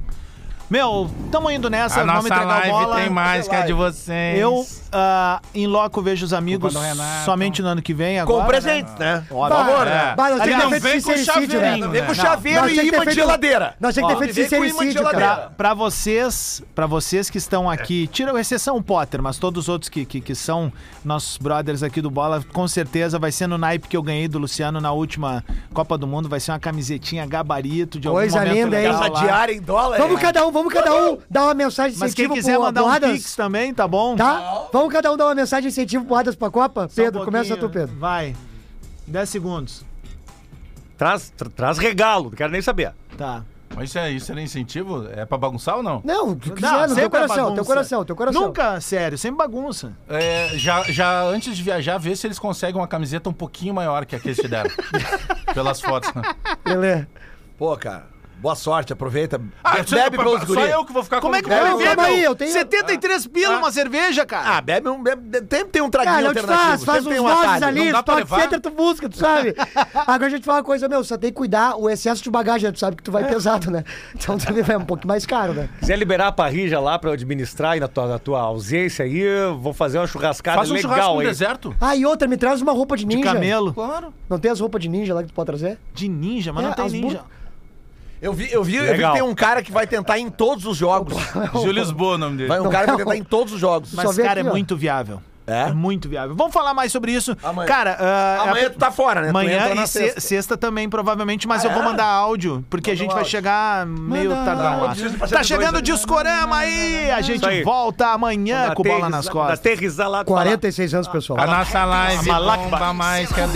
I: Meu, tamo indo nessa, vamos entregar a bola.
F: mais que a de vocês.
I: Eu, ah, em loco, vejo os amigos
F: Culpa do Renato.
I: somente no ano que é
E: Com
I: agora.
E: presentes, né?
I: Ó, por favor, né?
D: Vai, nós
I: Aliás,
D: temos que ter
F: vem
D: feito
F: com
D: sincericídio, né?
F: chaveirinho.
E: Vem com
F: Não,
E: chaveiro
D: nós tinha
E: e
D: que ter
E: imã de
D: feito-
E: geladeira.
D: Nós tínhamos que
E: Ó,
D: ter feito
E: vem com imã de
D: sincericídio,
E: geladeira.
D: cara.
I: Pra, pra vocês, pra vocês que estão aqui, tira a exceção o Potter, mas todos os outros que, que, que são nossos brothers aqui do Bola, com certeza vai ser no naipe que eu ganhei do Luciano na última Copa do Mundo, vai ser uma camisetinha gabarito de algum
D: Coisa
I: momento
D: linda, hein?
I: legal
E: Essa
I: lá.
E: diária em dólar.
D: Vamos cada um, vamos cada um dar uma mensagem de
I: Mas quem
D: incentivo
I: quiser
D: pro-
I: mandar
D: pro
I: um
D: Adams,
I: pix também, tá bom?
D: Tá? Vamos cada um dar uma mensagem de incentivo pro Adas pra Copa?
I: Só um
D: Pedro, começa tu,
I: pouquinho.
D: Pedro.
I: Vai. 10 segundos.
G: Traz, tra- traz regalo, não quero nem saber.
I: Tá.
F: Mas isso é, isso é incentivo? É pra bagunçar ou não?
D: Não, tu quiser,
I: Não,
D: no teu
I: sempre é
D: coração,
I: bagunça.
D: teu coração, teu coração.
I: Nunca, sério, sempre bagunça.
F: É, já, já antes de viajar, vê se eles conseguem uma camiseta um pouquinho maior que a que eles te deram. Pelas fotos. né?
D: Lelê.
E: Pô, cara, boa sorte, aproveita.
G: Ah,
F: só-
E: bebe pelos
F: Ah, Só
E: guris.
F: eu que vou ficar
I: Como é que
F: com-
I: vai
D: Não,
I: viver,
D: calma aí,
I: meu?
D: eu tenho- Ah.
I: 73 pila uma cerveja, cara.
E: Ah, bebe um. Bebe, tem, tem um
D: Cara,
E: traguinho
D: não te faz,
E: alternativo.
D: faz
E: sempre
D: uns
E: tem um
D: nozes
E: atalho.
D: ali,
F: Não dá pra
D: toque,
F: levar?
D: você entra, tu busca, tu sabe? Agora a gente fala uma coisa, meu, só tem que cuidar o excesso de bagagem, tu sabe que tu vai pesado, né? Então tu é um pouco mais caro, né?
G: Se quiser liberar a parrija lá pra eu administrar e na tua, na tua ausência aí, eu vou fazer uma churrascada
F: Faz um churrasco
G: legal
F: no
G: aí.
F: deserto.
D: Ah, e outra, me traz uma roupa de ninja.
I: De camelo.
F: Claro.
D: Não tem as roupas de ninja lá que tu pode trazer?
I: De ninja, mas
D: É,
I: não tem
D: as
I: ninja.
E: Eu vi, eu, vi, eu vi que
G: Legal.
E: tem um cara que vai tentar em todos os jogos.
F: Gil Lisboa, o nome dele.
E: Vai um cara que vai tentar em todos os jogos.
D: Só
I: Mas,
D: vê
I: cara,
D: aqui,
I: é
D: ó.
I: muito viável.
E: É?
I: muito viável. Vamos falar mais sobre isso.
E: Amanhã.
I: Cara,
C: É
I: ah,
E: Amanhã tu tá fora, né? Tu
I: amanhã
E: entra na
I: e se-
E: sexta. Ah, é?
I: sexta. também, provavelmente, mas eu vou mandar áudio, porque a gente vai
E: um áudio.
I: chegar meio tardão lá.
E: preciso passar
I: Tá
E: de
I: chegando o
E: dois, né?
I: Discorama aí! A gente
G: Isso aí.
I: volta amanhã com bola nas costas.
G: Aterrizar lá. falar-
D: 46 anos, pessoal.
F: A nossa live bomba mais que a